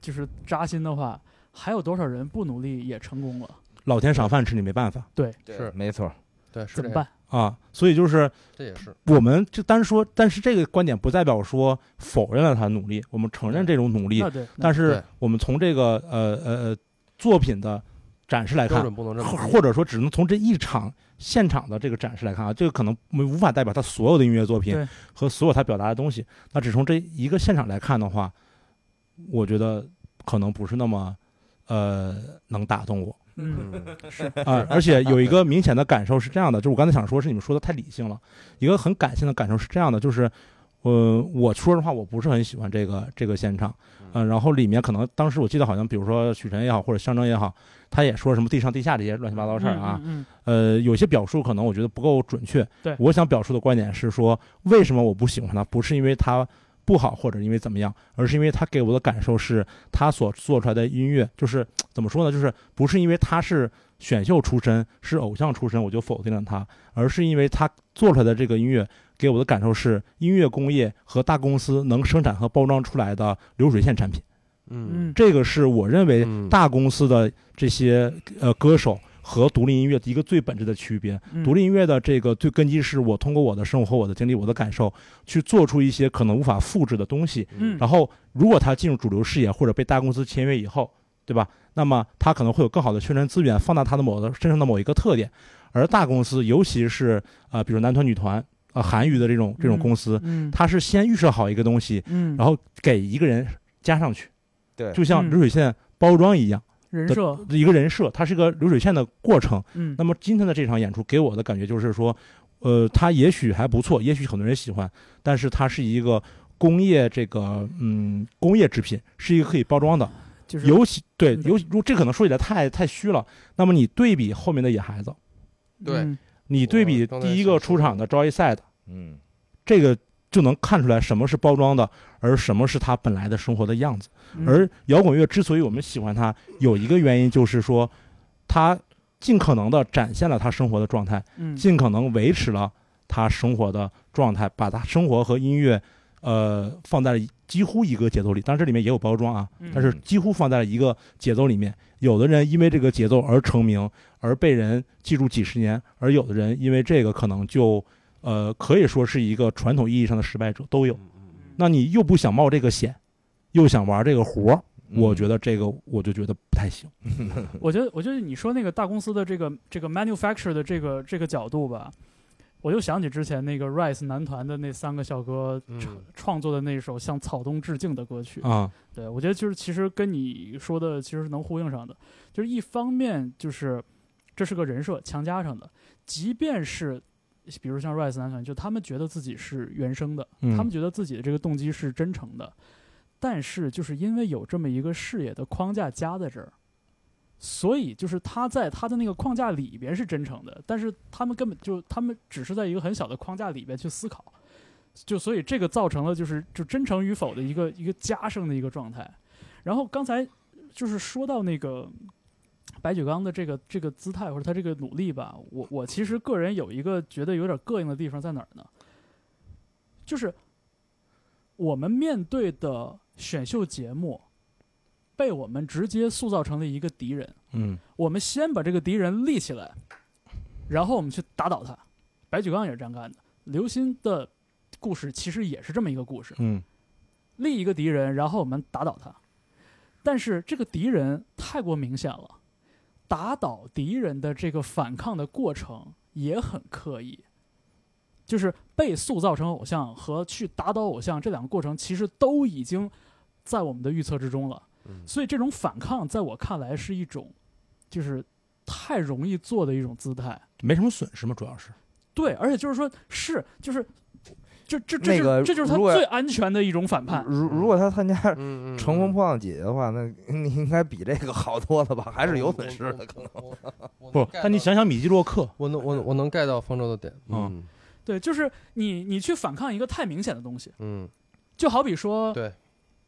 [SPEAKER 2] 就是扎心的话，还有多少人不努力也成功了？
[SPEAKER 3] 老天赏饭吃，你没办法
[SPEAKER 4] 是
[SPEAKER 1] 没错，
[SPEAKER 4] 对是
[SPEAKER 2] 怎
[SPEAKER 4] 这
[SPEAKER 2] 么
[SPEAKER 4] 样，
[SPEAKER 2] 办？
[SPEAKER 3] 啊。所以就是
[SPEAKER 4] 这也是
[SPEAKER 3] 我们就单说，但是这个观点不代表说否认了他的努力，我们
[SPEAKER 4] 嗯
[SPEAKER 3] 承认这种努力
[SPEAKER 2] 那，对，那
[SPEAKER 3] 但
[SPEAKER 4] 对
[SPEAKER 3] 是我们从这个呃呃呃作品的展示来
[SPEAKER 4] 标
[SPEAKER 3] 看，
[SPEAKER 4] 准不能这
[SPEAKER 3] 或
[SPEAKER 4] 么
[SPEAKER 3] 或者说只能从这一场现场的这个展示来看啊，这个可能我们无法代表他所有的音乐作品
[SPEAKER 2] 对
[SPEAKER 3] 和所有他表达的东西。那只从这一个现场来看的话，我觉得可能不是那么呃能打动我。
[SPEAKER 2] 嗯
[SPEAKER 4] 嗯
[SPEAKER 3] 啊，而且有一个明显的感受是这样的，就是我刚才想说，是你们说的太理性了。一个很感性的感受是这样的，就是，呃，我说实话，我不是很喜欢这个这个现场，嗯、然后里面可能当时我记得好像，比如说许晨也好，或者象征也好，他也说什么地上地下这些乱七八糟事儿啊，
[SPEAKER 2] 嗯嗯
[SPEAKER 3] 呃，有些表述可能我觉得不够准确。
[SPEAKER 2] 对
[SPEAKER 3] 我想表述的观点是说，为什么我不喜欢他，不是因为他不好或者因为怎么样，而是因为他给我的感受是他所做出来的音乐，就是怎么说呢，就是不是因为他是选秀出身，是偶像出身，我就否定了他，而是因为他做出来的这个音乐。给我的感受是，音乐工业和大公司能生产和包装出来的流水线产品，
[SPEAKER 4] 嗯
[SPEAKER 2] 嗯
[SPEAKER 3] 这个是我认为
[SPEAKER 4] 嗯
[SPEAKER 3] 大公司的这些呃歌手和独立音乐的一个最本质的区别。
[SPEAKER 2] 嗯
[SPEAKER 3] 独立音乐的这个最根基是我通过我的生活、我的经历、我的感受，去做出一些可能无法复制的东西。
[SPEAKER 2] 嗯
[SPEAKER 3] 然后，如果它进入主流视野或者被大公司签约以后，对吧？那么它可能会有更好的宣传资源，放大它的某的身上的某一个特点。而大公司，尤其是呃，比如男团、女团、呃，韩娱的这种这种公司，
[SPEAKER 2] 嗯
[SPEAKER 3] 它是先预设好一个东西，
[SPEAKER 2] 嗯，
[SPEAKER 3] 然后给一个人加上去，
[SPEAKER 1] 对
[SPEAKER 3] 就像
[SPEAKER 2] 嗯
[SPEAKER 3] 流水线包装一样。
[SPEAKER 2] 人
[SPEAKER 3] 的
[SPEAKER 2] 设
[SPEAKER 3] 一个人设，它是个流水线的过程。
[SPEAKER 2] 嗯
[SPEAKER 3] 那么今天的这场演出给我的感觉就是说，呃，它也许还不错，也许很多人喜欢，但是它是一个工业这个嗯工业制品，是一个可以包装的。
[SPEAKER 2] 就是嗯
[SPEAKER 3] 尤其对，
[SPEAKER 2] 对
[SPEAKER 3] 尤其如这可能说起来太太虚了。那么你对比后面的野孩子，
[SPEAKER 4] 对
[SPEAKER 2] 嗯
[SPEAKER 3] 你对比
[SPEAKER 4] 我刚才
[SPEAKER 3] 第一个
[SPEAKER 4] 想
[SPEAKER 3] 出
[SPEAKER 4] 说
[SPEAKER 3] 场的 Joy Side，
[SPEAKER 1] 嗯，
[SPEAKER 3] 这个就能看出来什么是包装的，而什么是他本来的生活的样子。
[SPEAKER 2] 嗯
[SPEAKER 3] 而摇滚乐之所以我们喜欢它，有一个原因就是说，它尽可能的展现了他生活的状态，
[SPEAKER 2] 嗯
[SPEAKER 3] 尽可能维持了他生活的状态，把他生活和音乐，呃，放在了几乎一个节奏里。当然这里面也有包装啊，
[SPEAKER 2] 嗯
[SPEAKER 3] 但是几乎放在了一个节奏里面。有的人因为这个节奏而成名，而被人记住几十年；而有的人因为这个可能就，呃，可以说是一个传统意义上的失败者，
[SPEAKER 4] 嗯
[SPEAKER 3] 都有。
[SPEAKER 2] 嗯
[SPEAKER 3] 那你又不想冒这个险，又想玩这个活儿，我觉
[SPEAKER 1] 得
[SPEAKER 3] 得这个我就觉得不太行。
[SPEAKER 2] 我觉得，我觉得你说那个大公司的这个这个 manufacture 的这个这个角度吧，我就想起之前那个 Rise 男团的那三个小哥
[SPEAKER 4] 嗯
[SPEAKER 2] 创、创作的那首向草东致敬的歌曲。
[SPEAKER 3] 啊、
[SPEAKER 2] 对，我觉得就是其实跟你说的其实是能呼应上的，就是一方面就是这是个人设强加上的，即便是比如像 Rise 男团，就他们觉得自己是原生的，
[SPEAKER 3] 嗯
[SPEAKER 2] 他们觉得自己的这个动机是真诚的，但是就是因为有这么一个视野的框架加在这儿，所以就是他在他的那个框架里边是真诚的，但是他们根本就他们只是在一个很小的框架里边去思考，就所以这个造成了就是就真诚与否的一个一个加深的一个状态。然后刚才就是说到那个白举纲的这个这个姿态或者他这个努力吧，我我其实个人有一个觉得有点膈应的地方在哪儿呢？就是我们面对的选秀节目被我们直接塑造成了一个敌人。
[SPEAKER 3] 嗯
[SPEAKER 2] 我们先把这个敌人立起来，然后我们去打倒他。白举纲也是这样干的。刘鑫的故事其实也是这么一个故事，
[SPEAKER 3] 嗯
[SPEAKER 2] 立一个敌人，然后我们打倒他。但是这个敌人太过明显了，打倒敌人的这个反抗的过程也很刻意，就是被塑造成偶像和去打倒偶像这两个过程，其实都已经在我们的预测之中了。
[SPEAKER 4] 嗯
[SPEAKER 2] 所以这种反抗，在我看来是一种，就是太容易做的一种姿态。
[SPEAKER 3] 没什么损失嘛，主要是
[SPEAKER 2] 对，而且就是说，是就是，这这这、
[SPEAKER 1] 那个
[SPEAKER 2] 这就是他
[SPEAKER 1] 如果
[SPEAKER 2] 最安全的一种反叛。
[SPEAKER 1] 如如果他参加
[SPEAKER 4] 嗯嗯，
[SPEAKER 1] 乘风破浪姐姐的话，那你应该比这个好多了吧？还是有损失的。
[SPEAKER 4] 可能
[SPEAKER 3] 不？但你，想想米基洛克，
[SPEAKER 4] 我能我能我能 get 到方舟的点，嗯
[SPEAKER 3] 嗯
[SPEAKER 2] 对，就是你你去反抗一个太明显的东西，
[SPEAKER 4] 嗯，
[SPEAKER 2] 就好比说，
[SPEAKER 4] 对，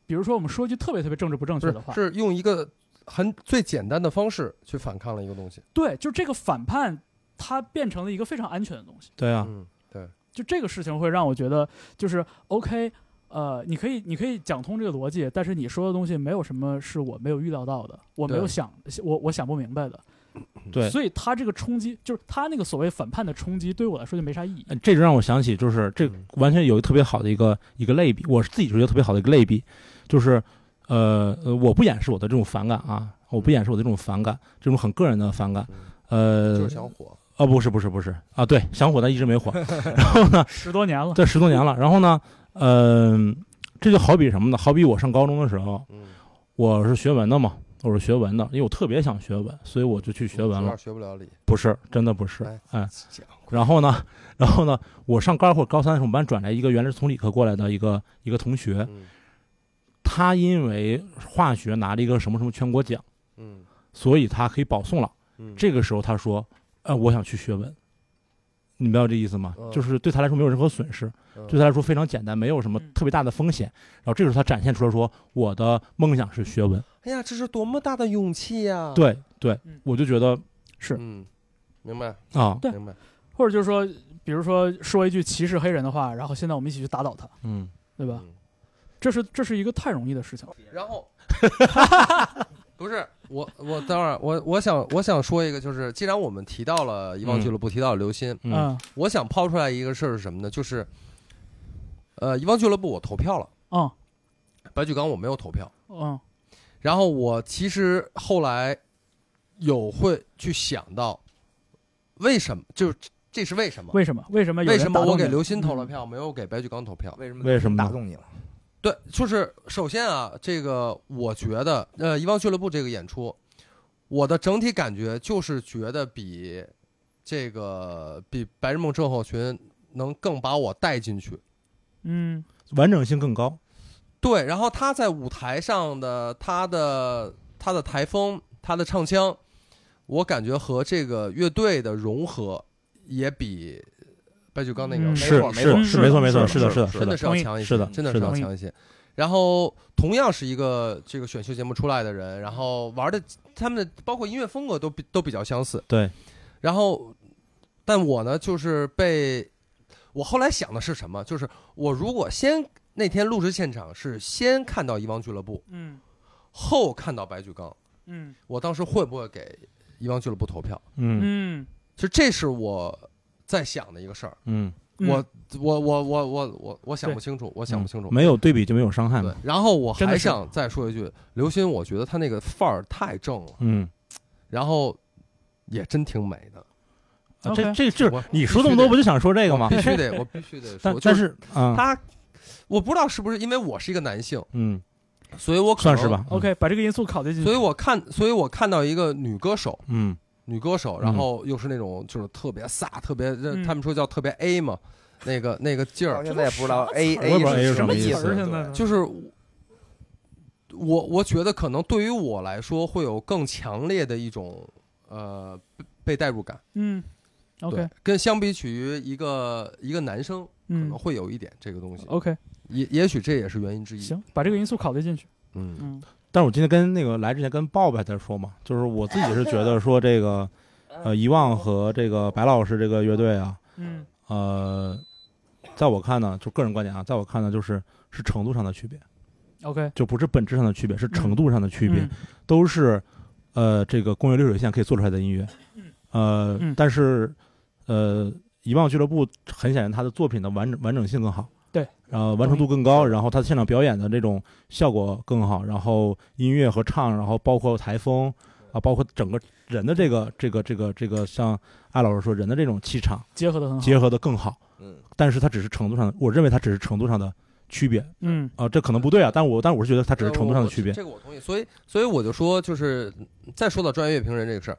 [SPEAKER 2] 比如说我们说一句特别特别政治不正确
[SPEAKER 4] 是
[SPEAKER 2] 的话，
[SPEAKER 4] 是用一个很最简单的方式去反抗了一个东西，
[SPEAKER 2] 对，就这个反叛，它变成了一个非常安全的东西。
[SPEAKER 3] 对啊，
[SPEAKER 4] 嗯，对，
[SPEAKER 2] 就这个事情会让我觉得，就是 OK，呃，你可以你可以讲通这个逻辑，但是你说的东西没有什么是我没有预料到的，我没有
[SPEAKER 4] 对嗯
[SPEAKER 2] 想我我想不明白的。
[SPEAKER 3] 对
[SPEAKER 2] 所以他这个冲击，就是他那个所谓反叛的冲击，对于我来说就没啥意义。
[SPEAKER 3] 呃这就让我想起，就是这
[SPEAKER 4] 嗯
[SPEAKER 3] 完全有一个特别好的一个一个类比，我是自己觉得特别好的一个类比，就是呃呃，我不掩饰我的这种反感啊，我不掩饰我的这种反感，这种很个人的反感，呃
[SPEAKER 4] 嗯就是想火，
[SPEAKER 3] 啊不是不是不是啊，对，想火但一直没火， 然后呢，
[SPEAKER 2] 十多年了，
[SPEAKER 3] 这十多年了，然后呢，嗯、这就好比什么呢？好比我上高中的时候，
[SPEAKER 4] 嗯，
[SPEAKER 3] 我是学文的嘛，我是学文的，因为我特别想学文，所以我就去学文
[SPEAKER 4] 主
[SPEAKER 3] 了
[SPEAKER 4] 要。学不了理，
[SPEAKER 3] 不是，真的不是
[SPEAKER 4] 哎，
[SPEAKER 3] 哎。
[SPEAKER 4] 讲，
[SPEAKER 3] 然后呢， 然后呢，我上高二或高三的时候，我们班转来一个原来是从理科过来的一个一个同学，
[SPEAKER 4] 嗯
[SPEAKER 3] 他因为化学拿了一个什么什么全国奖，
[SPEAKER 4] 嗯
[SPEAKER 3] 所以他可以保送了。
[SPEAKER 4] 嗯，
[SPEAKER 3] 这个时候他说：“呃，我想去学文。”你明白我这意思吗
[SPEAKER 4] 嗯？
[SPEAKER 3] 就是对他来说没有任何损失，
[SPEAKER 4] 嗯
[SPEAKER 3] 对他来说非常简单，没有什么
[SPEAKER 2] 嗯
[SPEAKER 3] 特别大的风险。然后这个时候他展现出来说：“我的梦想是学文。
[SPEAKER 4] 哎呀，这是多么大的勇气呀！”，
[SPEAKER 3] 对对
[SPEAKER 2] 嗯，
[SPEAKER 3] 我就觉得
[SPEAKER 2] 是
[SPEAKER 4] 嗯，明白
[SPEAKER 3] 啊，
[SPEAKER 2] 对
[SPEAKER 4] 明白，
[SPEAKER 2] 或者就是说，比如说说一句歧视黑人的话，然后现在我们一起去打倒他，
[SPEAKER 3] 嗯，
[SPEAKER 2] 对吧？
[SPEAKER 4] 嗯
[SPEAKER 2] 这是这是一个太容易的事情了。
[SPEAKER 4] 然后， 不是我，我等会儿我我想我想说一个，就是既然我们提到了遗忘俱乐部，提到了刘鑫，
[SPEAKER 3] 嗯
[SPEAKER 2] 啊
[SPEAKER 4] 我想抛出来一个事儿是什么呢？就是，呃，遗忘俱乐部我投票了，
[SPEAKER 2] 嗯
[SPEAKER 4] 白举纲我没有投票。
[SPEAKER 2] 嗯
[SPEAKER 4] 然后我其实后来有会去想到，为什么？就是这是为什么？
[SPEAKER 2] 为什么？为什么有
[SPEAKER 4] 为
[SPEAKER 2] 人
[SPEAKER 4] 什么
[SPEAKER 2] 打动
[SPEAKER 4] 我给
[SPEAKER 2] 你
[SPEAKER 4] 刘鑫投了？
[SPEAKER 2] 嗯
[SPEAKER 4] 票，没有给白举纲投票？
[SPEAKER 1] 为什么
[SPEAKER 3] 为什么呢
[SPEAKER 1] 打动你了？
[SPEAKER 4] 对，就是首先啊，这个我觉得，呃，遗忘俱乐部这个演出，我的整体感觉就是觉得比这个比《白日梦症候群》能更把我带进去。
[SPEAKER 2] 嗯
[SPEAKER 3] 完整性更高。
[SPEAKER 4] 对，然后他在舞台上的他的他的台风，他的唱腔，我感觉和这个乐队的融合也比白举纲那个
[SPEAKER 2] 嗯
[SPEAKER 4] 要
[SPEAKER 3] 是
[SPEAKER 1] 没错没错
[SPEAKER 3] 是是没错没错，
[SPEAKER 1] 是
[SPEAKER 3] 是
[SPEAKER 1] 的
[SPEAKER 3] 的是
[SPEAKER 1] 是
[SPEAKER 3] 的是
[SPEAKER 4] 真的
[SPEAKER 3] 的
[SPEAKER 4] 是要强一些，
[SPEAKER 3] 是的
[SPEAKER 4] 真的是要
[SPEAKER 2] 是的
[SPEAKER 4] 强一些。然后同样是一个这个选秀节目出来的人，然后玩的他们的包括音乐风格都比都比较相似。
[SPEAKER 3] 对，
[SPEAKER 4] 然后但我呢就是被我后来想的是什么？就是我如果先那天录制现场是先看到《遗忘俱乐部》，
[SPEAKER 2] 嗯
[SPEAKER 4] 后看到白举纲，
[SPEAKER 2] 嗯
[SPEAKER 4] 我当时会不会给《遗忘俱乐部》投票？
[SPEAKER 3] 嗯
[SPEAKER 2] 嗯，
[SPEAKER 4] 其实这是我在想的一个事儿。
[SPEAKER 3] 嗯，
[SPEAKER 2] 嗯
[SPEAKER 4] 我我我我我我我想
[SPEAKER 2] 对
[SPEAKER 4] 不清楚，我想不清楚。
[SPEAKER 3] 没有对比就没有伤害
[SPEAKER 4] 对
[SPEAKER 3] 嘛。，
[SPEAKER 4] 然后我
[SPEAKER 2] 真
[SPEAKER 4] 还
[SPEAKER 2] 的是
[SPEAKER 4] 想再说一句，刘鑫，我觉得他那个范儿太正了，
[SPEAKER 3] 嗯，
[SPEAKER 4] 然后也真挺美的。
[SPEAKER 3] 啊
[SPEAKER 2] OK
[SPEAKER 3] 这这这
[SPEAKER 4] 我
[SPEAKER 3] 你说这么多，不就想说这个吗？
[SPEAKER 4] 必须得，我必须得
[SPEAKER 3] 但
[SPEAKER 4] 说，就
[SPEAKER 3] 但
[SPEAKER 4] 是
[SPEAKER 3] 是啊，
[SPEAKER 4] 他，我不知道是不是因为我是一个男性，
[SPEAKER 3] 嗯，
[SPEAKER 4] 所以我可能
[SPEAKER 3] 算是。吧。嗯
[SPEAKER 2] OK，把这个因素考虑进去
[SPEAKER 4] 所以。我看，所以我看到一个女歌手，
[SPEAKER 3] 嗯，
[SPEAKER 4] 女歌手，然后又是那种就是特别飒，特别
[SPEAKER 2] 嗯
[SPEAKER 4] 他们说叫特别 A 嘛，那个那个劲
[SPEAKER 1] 到
[SPEAKER 4] 儿，
[SPEAKER 1] 现在也不知道 A
[SPEAKER 2] 这都
[SPEAKER 1] A 是
[SPEAKER 3] 啥词儿我也不知道 A 是
[SPEAKER 1] 什
[SPEAKER 3] 什
[SPEAKER 1] 么
[SPEAKER 3] 么
[SPEAKER 1] 意
[SPEAKER 3] 意
[SPEAKER 1] 思
[SPEAKER 3] 思。
[SPEAKER 2] 现在
[SPEAKER 4] 就是我我我觉得可能对于我来说会有更强烈的一种呃被被代入感。
[SPEAKER 2] 嗯
[SPEAKER 4] 对
[SPEAKER 2] ，OK，，
[SPEAKER 4] 跟相比起于一个一个男生，可
[SPEAKER 2] 嗯
[SPEAKER 4] 能会有一点这个东西。
[SPEAKER 2] ，OK，
[SPEAKER 4] 也也许这也是原因之一。
[SPEAKER 2] 行，把这个因素考虑进去。
[SPEAKER 4] 嗯，
[SPEAKER 2] 嗯
[SPEAKER 3] 但是我今天跟那个来之前跟鲍还在说嘛，就是我自己是觉得说这个，呃，遗忘和这个白老师这个乐队啊，
[SPEAKER 2] 嗯
[SPEAKER 3] 呃，在我看呢，就个人观点啊，在我看呢，就是是程度上的区别，
[SPEAKER 2] ，OK，
[SPEAKER 3] 就不是本质上的区别，是程度上的区别，
[SPEAKER 2] 嗯
[SPEAKER 3] 都是呃这个工业流水线可以做出来的音乐，呃，
[SPEAKER 2] 嗯
[SPEAKER 3] 但是呃，遗忘俱乐部很显然他的作品的完整完整性更好，
[SPEAKER 2] 对，
[SPEAKER 3] 呃，完成度更高，然后他现场表演的这种效果更好，然后音乐合唱，然后包括台风啊，包括整个人的这个这个这个这个，像艾老师说人的这种气场
[SPEAKER 2] 结合的很好。
[SPEAKER 3] 结合的更好，
[SPEAKER 1] 嗯，
[SPEAKER 3] 但是它只是程度上的，我认为它只是程度上的区别
[SPEAKER 2] 嗯
[SPEAKER 3] 啊、这可能不对啊，但我但我是觉得它只是
[SPEAKER 4] 呃
[SPEAKER 3] 程度
[SPEAKER 4] 我
[SPEAKER 3] 上的
[SPEAKER 4] 我
[SPEAKER 3] 区别，
[SPEAKER 4] 这个我同意。所以，所以我就说，就是再说到专业乐评人这个事儿，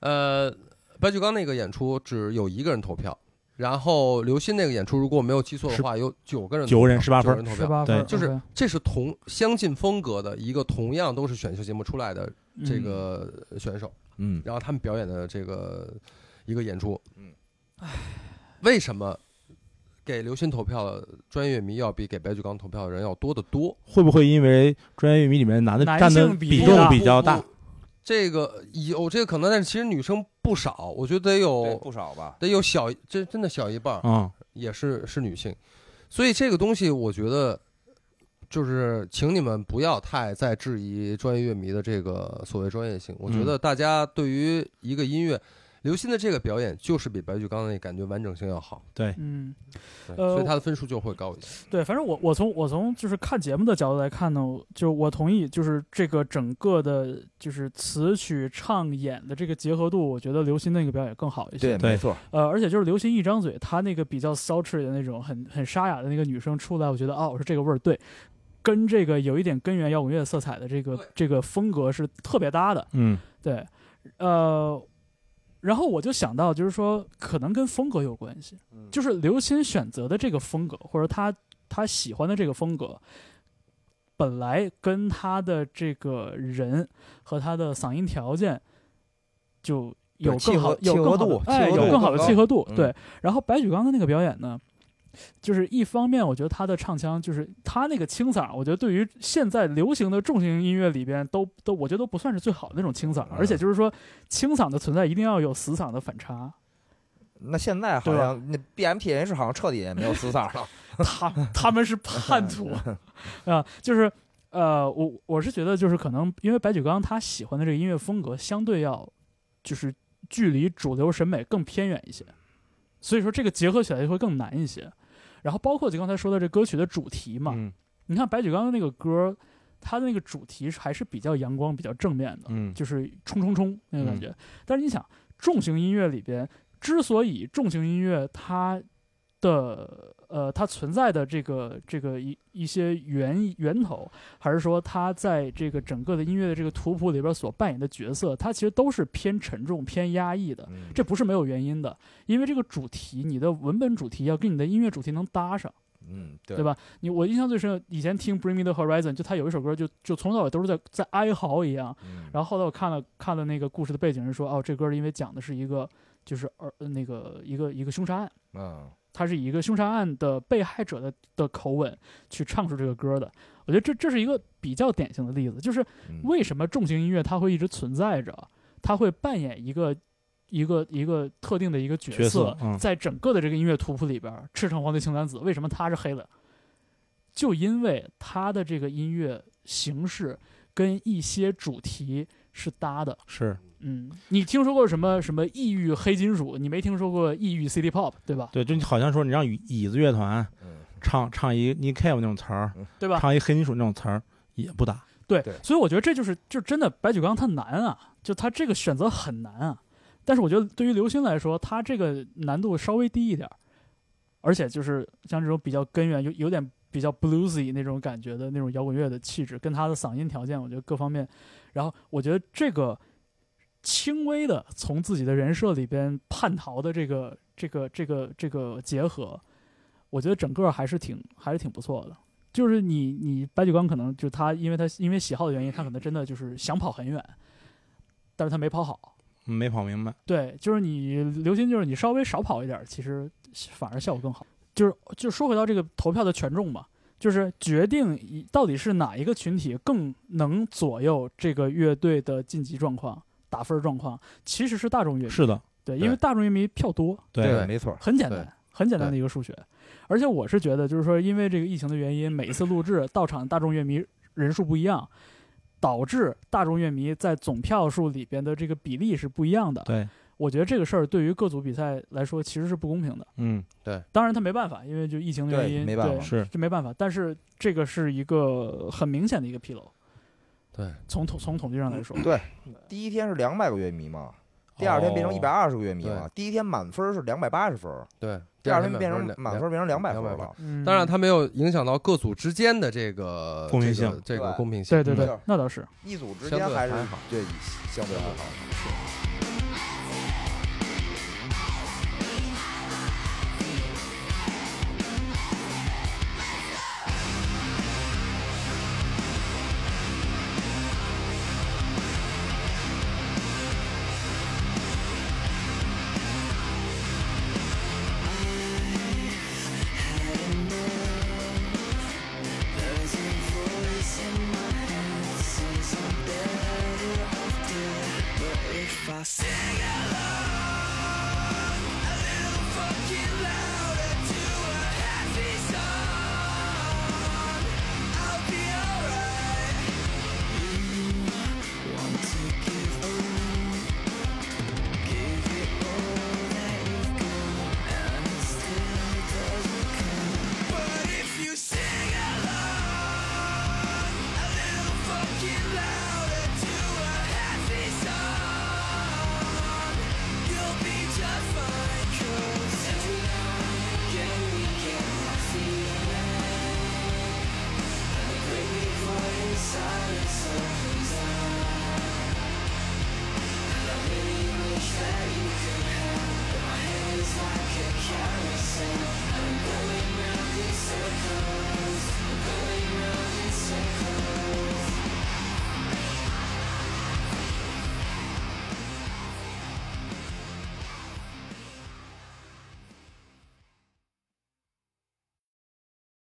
[SPEAKER 4] 呃，白举纲那个演出只有一个人投票，然后刘鑫那个演出，如果我没有记错的话，有九个人投票，
[SPEAKER 3] 九个人18
[SPEAKER 4] 九
[SPEAKER 3] 分
[SPEAKER 4] 人投
[SPEAKER 2] 十
[SPEAKER 4] 票。
[SPEAKER 2] 八
[SPEAKER 3] 对
[SPEAKER 2] 分，
[SPEAKER 4] 就是
[SPEAKER 2] OK，嗯
[SPEAKER 4] 这是同相近风格的一个同样都是选秀节目出来的
[SPEAKER 2] 嗯
[SPEAKER 4] 这个选手，
[SPEAKER 1] 嗯，
[SPEAKER 4] 然后他们表演的这个一个演出，
[SPEAKER 1] 嗯，
[SPEAKER 4] 为什么给刘鑫投票的专业乐迷要比给白举纲投票的人要多得多？
[SPEAKER 3] 会不会因为专业乐迷里面男的
[SPEAKER 2] 男
[SPEAKER 3] 占的
[SPEAKER 2] 性比
[SPEAKER 3] 比
[SPEAKER 2] 例
[SPEAKER 3] 重
[SPEAKER 2] 大
[SPEAKER 3] 比较大
[SPEAKER 4] 不？这个有这个可能，但是其实女生不少，我觉得得
[SPEAKER 1] 这
[SPEAKER 4] 有
[SPEAKER 1] 不少吧？
[SPEAKER 4] 得有小，这真的小一半儿，
[SPEAKER 3] 啊？
[SPEAKER 4] 也是是女性，所以这个东西我觉得就是，请你们不要太再质疑专业乐迷的这个所谓专业性。
[SPEAKER 3] 嗯
[SPEAKER 4] 我觉得大家对于一个音乐，刘鑫的这个表演就是比白举纲的那感觉完整性要好，
[SPEAKER 2] 嗯，
[SPEAKER 4] 对
[SPEAKER 2] 呃
[SPEAKER 4] 所以他的分数就会高一些。
[SPEAKER 2] 对，反正我我从我从就是看节目的角度来看呢，我就我同意，就是这个整个的，就是词曲唱演的这个结合度，我觉得刘鑫那个表演更好一些。
[SPEAKER 3] 对
[SPEAKER 1] 没错，
[SPEAKER 2] 呃，而且就是刘鑫一张嘴，他那个比较骚气的那种很很沙哑的那个女生出来，我觉得哦，是这个味儿对，跟这个有一点根源摇滚乐色彩的这个
[SPEAKER 4] 对
[SPEAKER 2] 这个风格是特别搭的。
[SPEAKER 3] 嗯
[SPEAKER 2] 对，呃，然后我就想到，就是说，可能跟风格有关系，
[SPEAKER 1] 嗯
[SPEAKER 2] 就是刘鑫选择的这个风格，或者他他喜欢的这个风格，本来跟他的这个人和他的嗓音条件就有
[SPEAKER 1] 对契
[SPEAKER 2] 更好
[SPEAKER 1] 合
[SPEAKER 2] 有
[SPEAKER 1] 契
[SPEAKER 2] 更好
[SPEAKER 1] 合
[SPEAKER 2] 的
[SPEAKER 1] 度契
[SPEAKER 2] 哎，
[SPEAKER 1] 合
[SPEAKER 2] 有
[SPEAKER 3] 度
[SPEAKER 2] 更好的
[SPEAKER 1] 更
[SPEAKER 2] 契合度。
[SPEAKER 1] 嗯
[SPEAKER 2] 对，然后白举纲的那个表演呢？就是一方面，我觉得他的唱腔就是他那个清嗓，我觉得对于现在流行的重型音乐里边都都，我觉得都不算是最好的那种清
[SPEAKER 1] 嗯
[SPEAKER 2] 嗓，而且就是说清嗓的存在一定要有死嗓的反差。
[SPEAKER 1] 那现在好
[SPEAKER 2] 对吧
[SPEAKER 1] 像那 BMTH 好像彻底也没有死嗓了。
[SPEAKER 2] 他他们是叛徒啊、就是呃，我我是觉得就是可能因为白举纲他喜欢的这个音乐风格相对要就是距离主流审美更偏远一些，所以说这个结合起来就会更难一些。然后包括就刚才说的这歌曲的主题嘛，
[SPEAKER 3] 嗯
[SPEAKER 2] 你看白举纲的那个歌，它的那个主题是还是比较阳光、比较正面的，
[SPEAKER 3] 嗯，
[SPEAKER 2] 就是冲冲冲那个感觉。但是你想，重型音乐里边，之所以重型音乐它的呃它存在的这个这个一一些源源头，还是说它在这个整个的音乐的这个图谱里边所扮演的角色，它其实都是偏沉重、偏压抑的。
[SPEAKER 1] 嗯
[SPEAKER 2] 这不是没有原因的，因为这个主题，你的文本主题要跟你的音乐主题能搭上。
[SPEAKER 1] 嗯，对
[SPEAKER 2] 对吧？你我印象最深，以前听《Bring Me the Horizon》，就他有一首歌就，就从头到尾都是在在哀嚎一样。
[SPEAKER 1] 嗯
[SPEAKER 2] 然后后来我看了看了那个故事的背景，是说哦，这歌因为讲的是一个就是呃那个一个一个凶杀案，
[SPEAKER 1] 嗯，
[SPEAKER 2] 他是以一个凶杀案的被害者的的口吻去唱出这个歌的。我觉得这这是一个比较典型的例子，就是
[SPEAKER 1] 嗯
[SPEAKER 2] 为什么重型音乐它会一直存在着，它会扮演一个一个一个特定的一个角色，
[SPEAKER 3] 角色嗯
[SPEAKER 2] 在整个的这个音乐图谱里边儿，赤橙黄绿青蓝紫，为什么它是黑的？就因为它的这个音乐形式跟一些主题是搭的。
[SPEAKER 3] 是
[SPEAKER 2] 嗯，你听说过什么什么异域黑金属？你没听说过异域 City Pop 对吧？
[SPEAKER 3] 对，就你好像说你让椅椅子乐团
[SPEAKER 1] 嗯
[SPEAKER 3] 唱唱一 Nick Cave 那种词儿，
[SPEAKER 2] 对吧？
[SPEAKER 3] 唱一黑金属那种词儿也不打。
[SPEAKER 2] 对，
[SPEAKER 1] 对
[SPEAKER 2] 所以我觉得这就是就真的白举纲他难啊，就他这个选择很难啊。但是我觉得对于刘星来说，他这个难度稍微低一点儿，而且就是像这种比较根源有有点比较 bluesy 那种感觉的那种摇滚乐的气质，跟他的嗓音条件，我觉得各方面，然后我觉得这个轻微的从自己的人设里边叛逃的这个这个这个这个结合，我觉得整个还是挺还是挺不错的。就是你你白举纲可能就他，因为他因为喜好的原因，他可能真的就是想跑很远，但是他没跑好。
[SPEAKER 3] 没跑明白。
[SPEAKER 2] 对，就是你刘鑫，就是你稍微少跑一点儿，其实反而效果更好。就是就说回到这个投票的权重嘛，就是决定一到底是哪一个群体更能左右这个乐队的晋级状况、打分状况，其实是大众乐迷。
[SPEAKER 3] 是的，
[SPEAKER 2] 对，因为
[SPEAKER 4] 对
[SPEAKER 2] 大众乐迷票多，
[SPEAKER 3] 对，
[SPEAKER 1] 没错儿，
[SPEAKER 2] 很简单
[SPEAKER 4] 对，
[SPEAKER 2] 很简单的一个数学。而且我是觉得，就是说，因为这个疫情的原因，每一次录制到场大众乐迷人数不一样，导致大众乐迷在总票数里边的这个比例是不一样的。
[SPEAKER 3] 对，
[SPEAKER 2] 我觉得这个事儿对于各组比赛来说其实是不公平的。
[SPEAKER 3] 嗯，
[SPEAKER 2] 当然他没办法，因为就疫情的原
[SPEAKER 1] 对
[SPEAKER 2] 因，
[SPEAKER 1] 没办法
[SPEAKER 2] 对
[SPEAKER 3] 是
[SPEAKER 2] 这没办法。但是这个是一个很明显的一个纰漏，
[SPEAKER 4] 对，
[SPEAKER 2] 从统从统计上来说，
[SPEAKER 1] 对，第一天是两百个乐迷嘛，第二天变
[SPEAKER 3] 哦
[SPEAKER 1] 成一百
[SPEAKER 4] 二，
[SPEAKER 1] 二十个乐迷了。第一天满分是两百八十分，
[SPEAKER 4] 对，
[SPEAKER 1] 第二天变成
[SPEAKER 4] 两
[SPEAKER 1] 满分。变成两百分
[SPEAKER 4] 200
[SPEAKER 1] 了。
[SPEAKER 2] 嗯
[SPEAKER 4] 当然，它没有影响到各组之间的这个
[SPEAKER 3] 公平性
[SPEAKER 4] 这个这个
[SPEAKER 1] 对
[SPEAKER 4] 公平性。
[SPEAKER 2] 对对对
[SPEAKER 1] 嗯，
[SPEAKER 2] 那倒是。
[SPEAKER 1] 一组之
[SPEAKER 4] 相
[SPEAKER 1] 间
[SPEAKER 4] 对
[SPEAKER 1] 还是
[SPEAKER 4] 还好
[SPEAKER 1] 对相对还好。
[SPEAKER 5] Silence.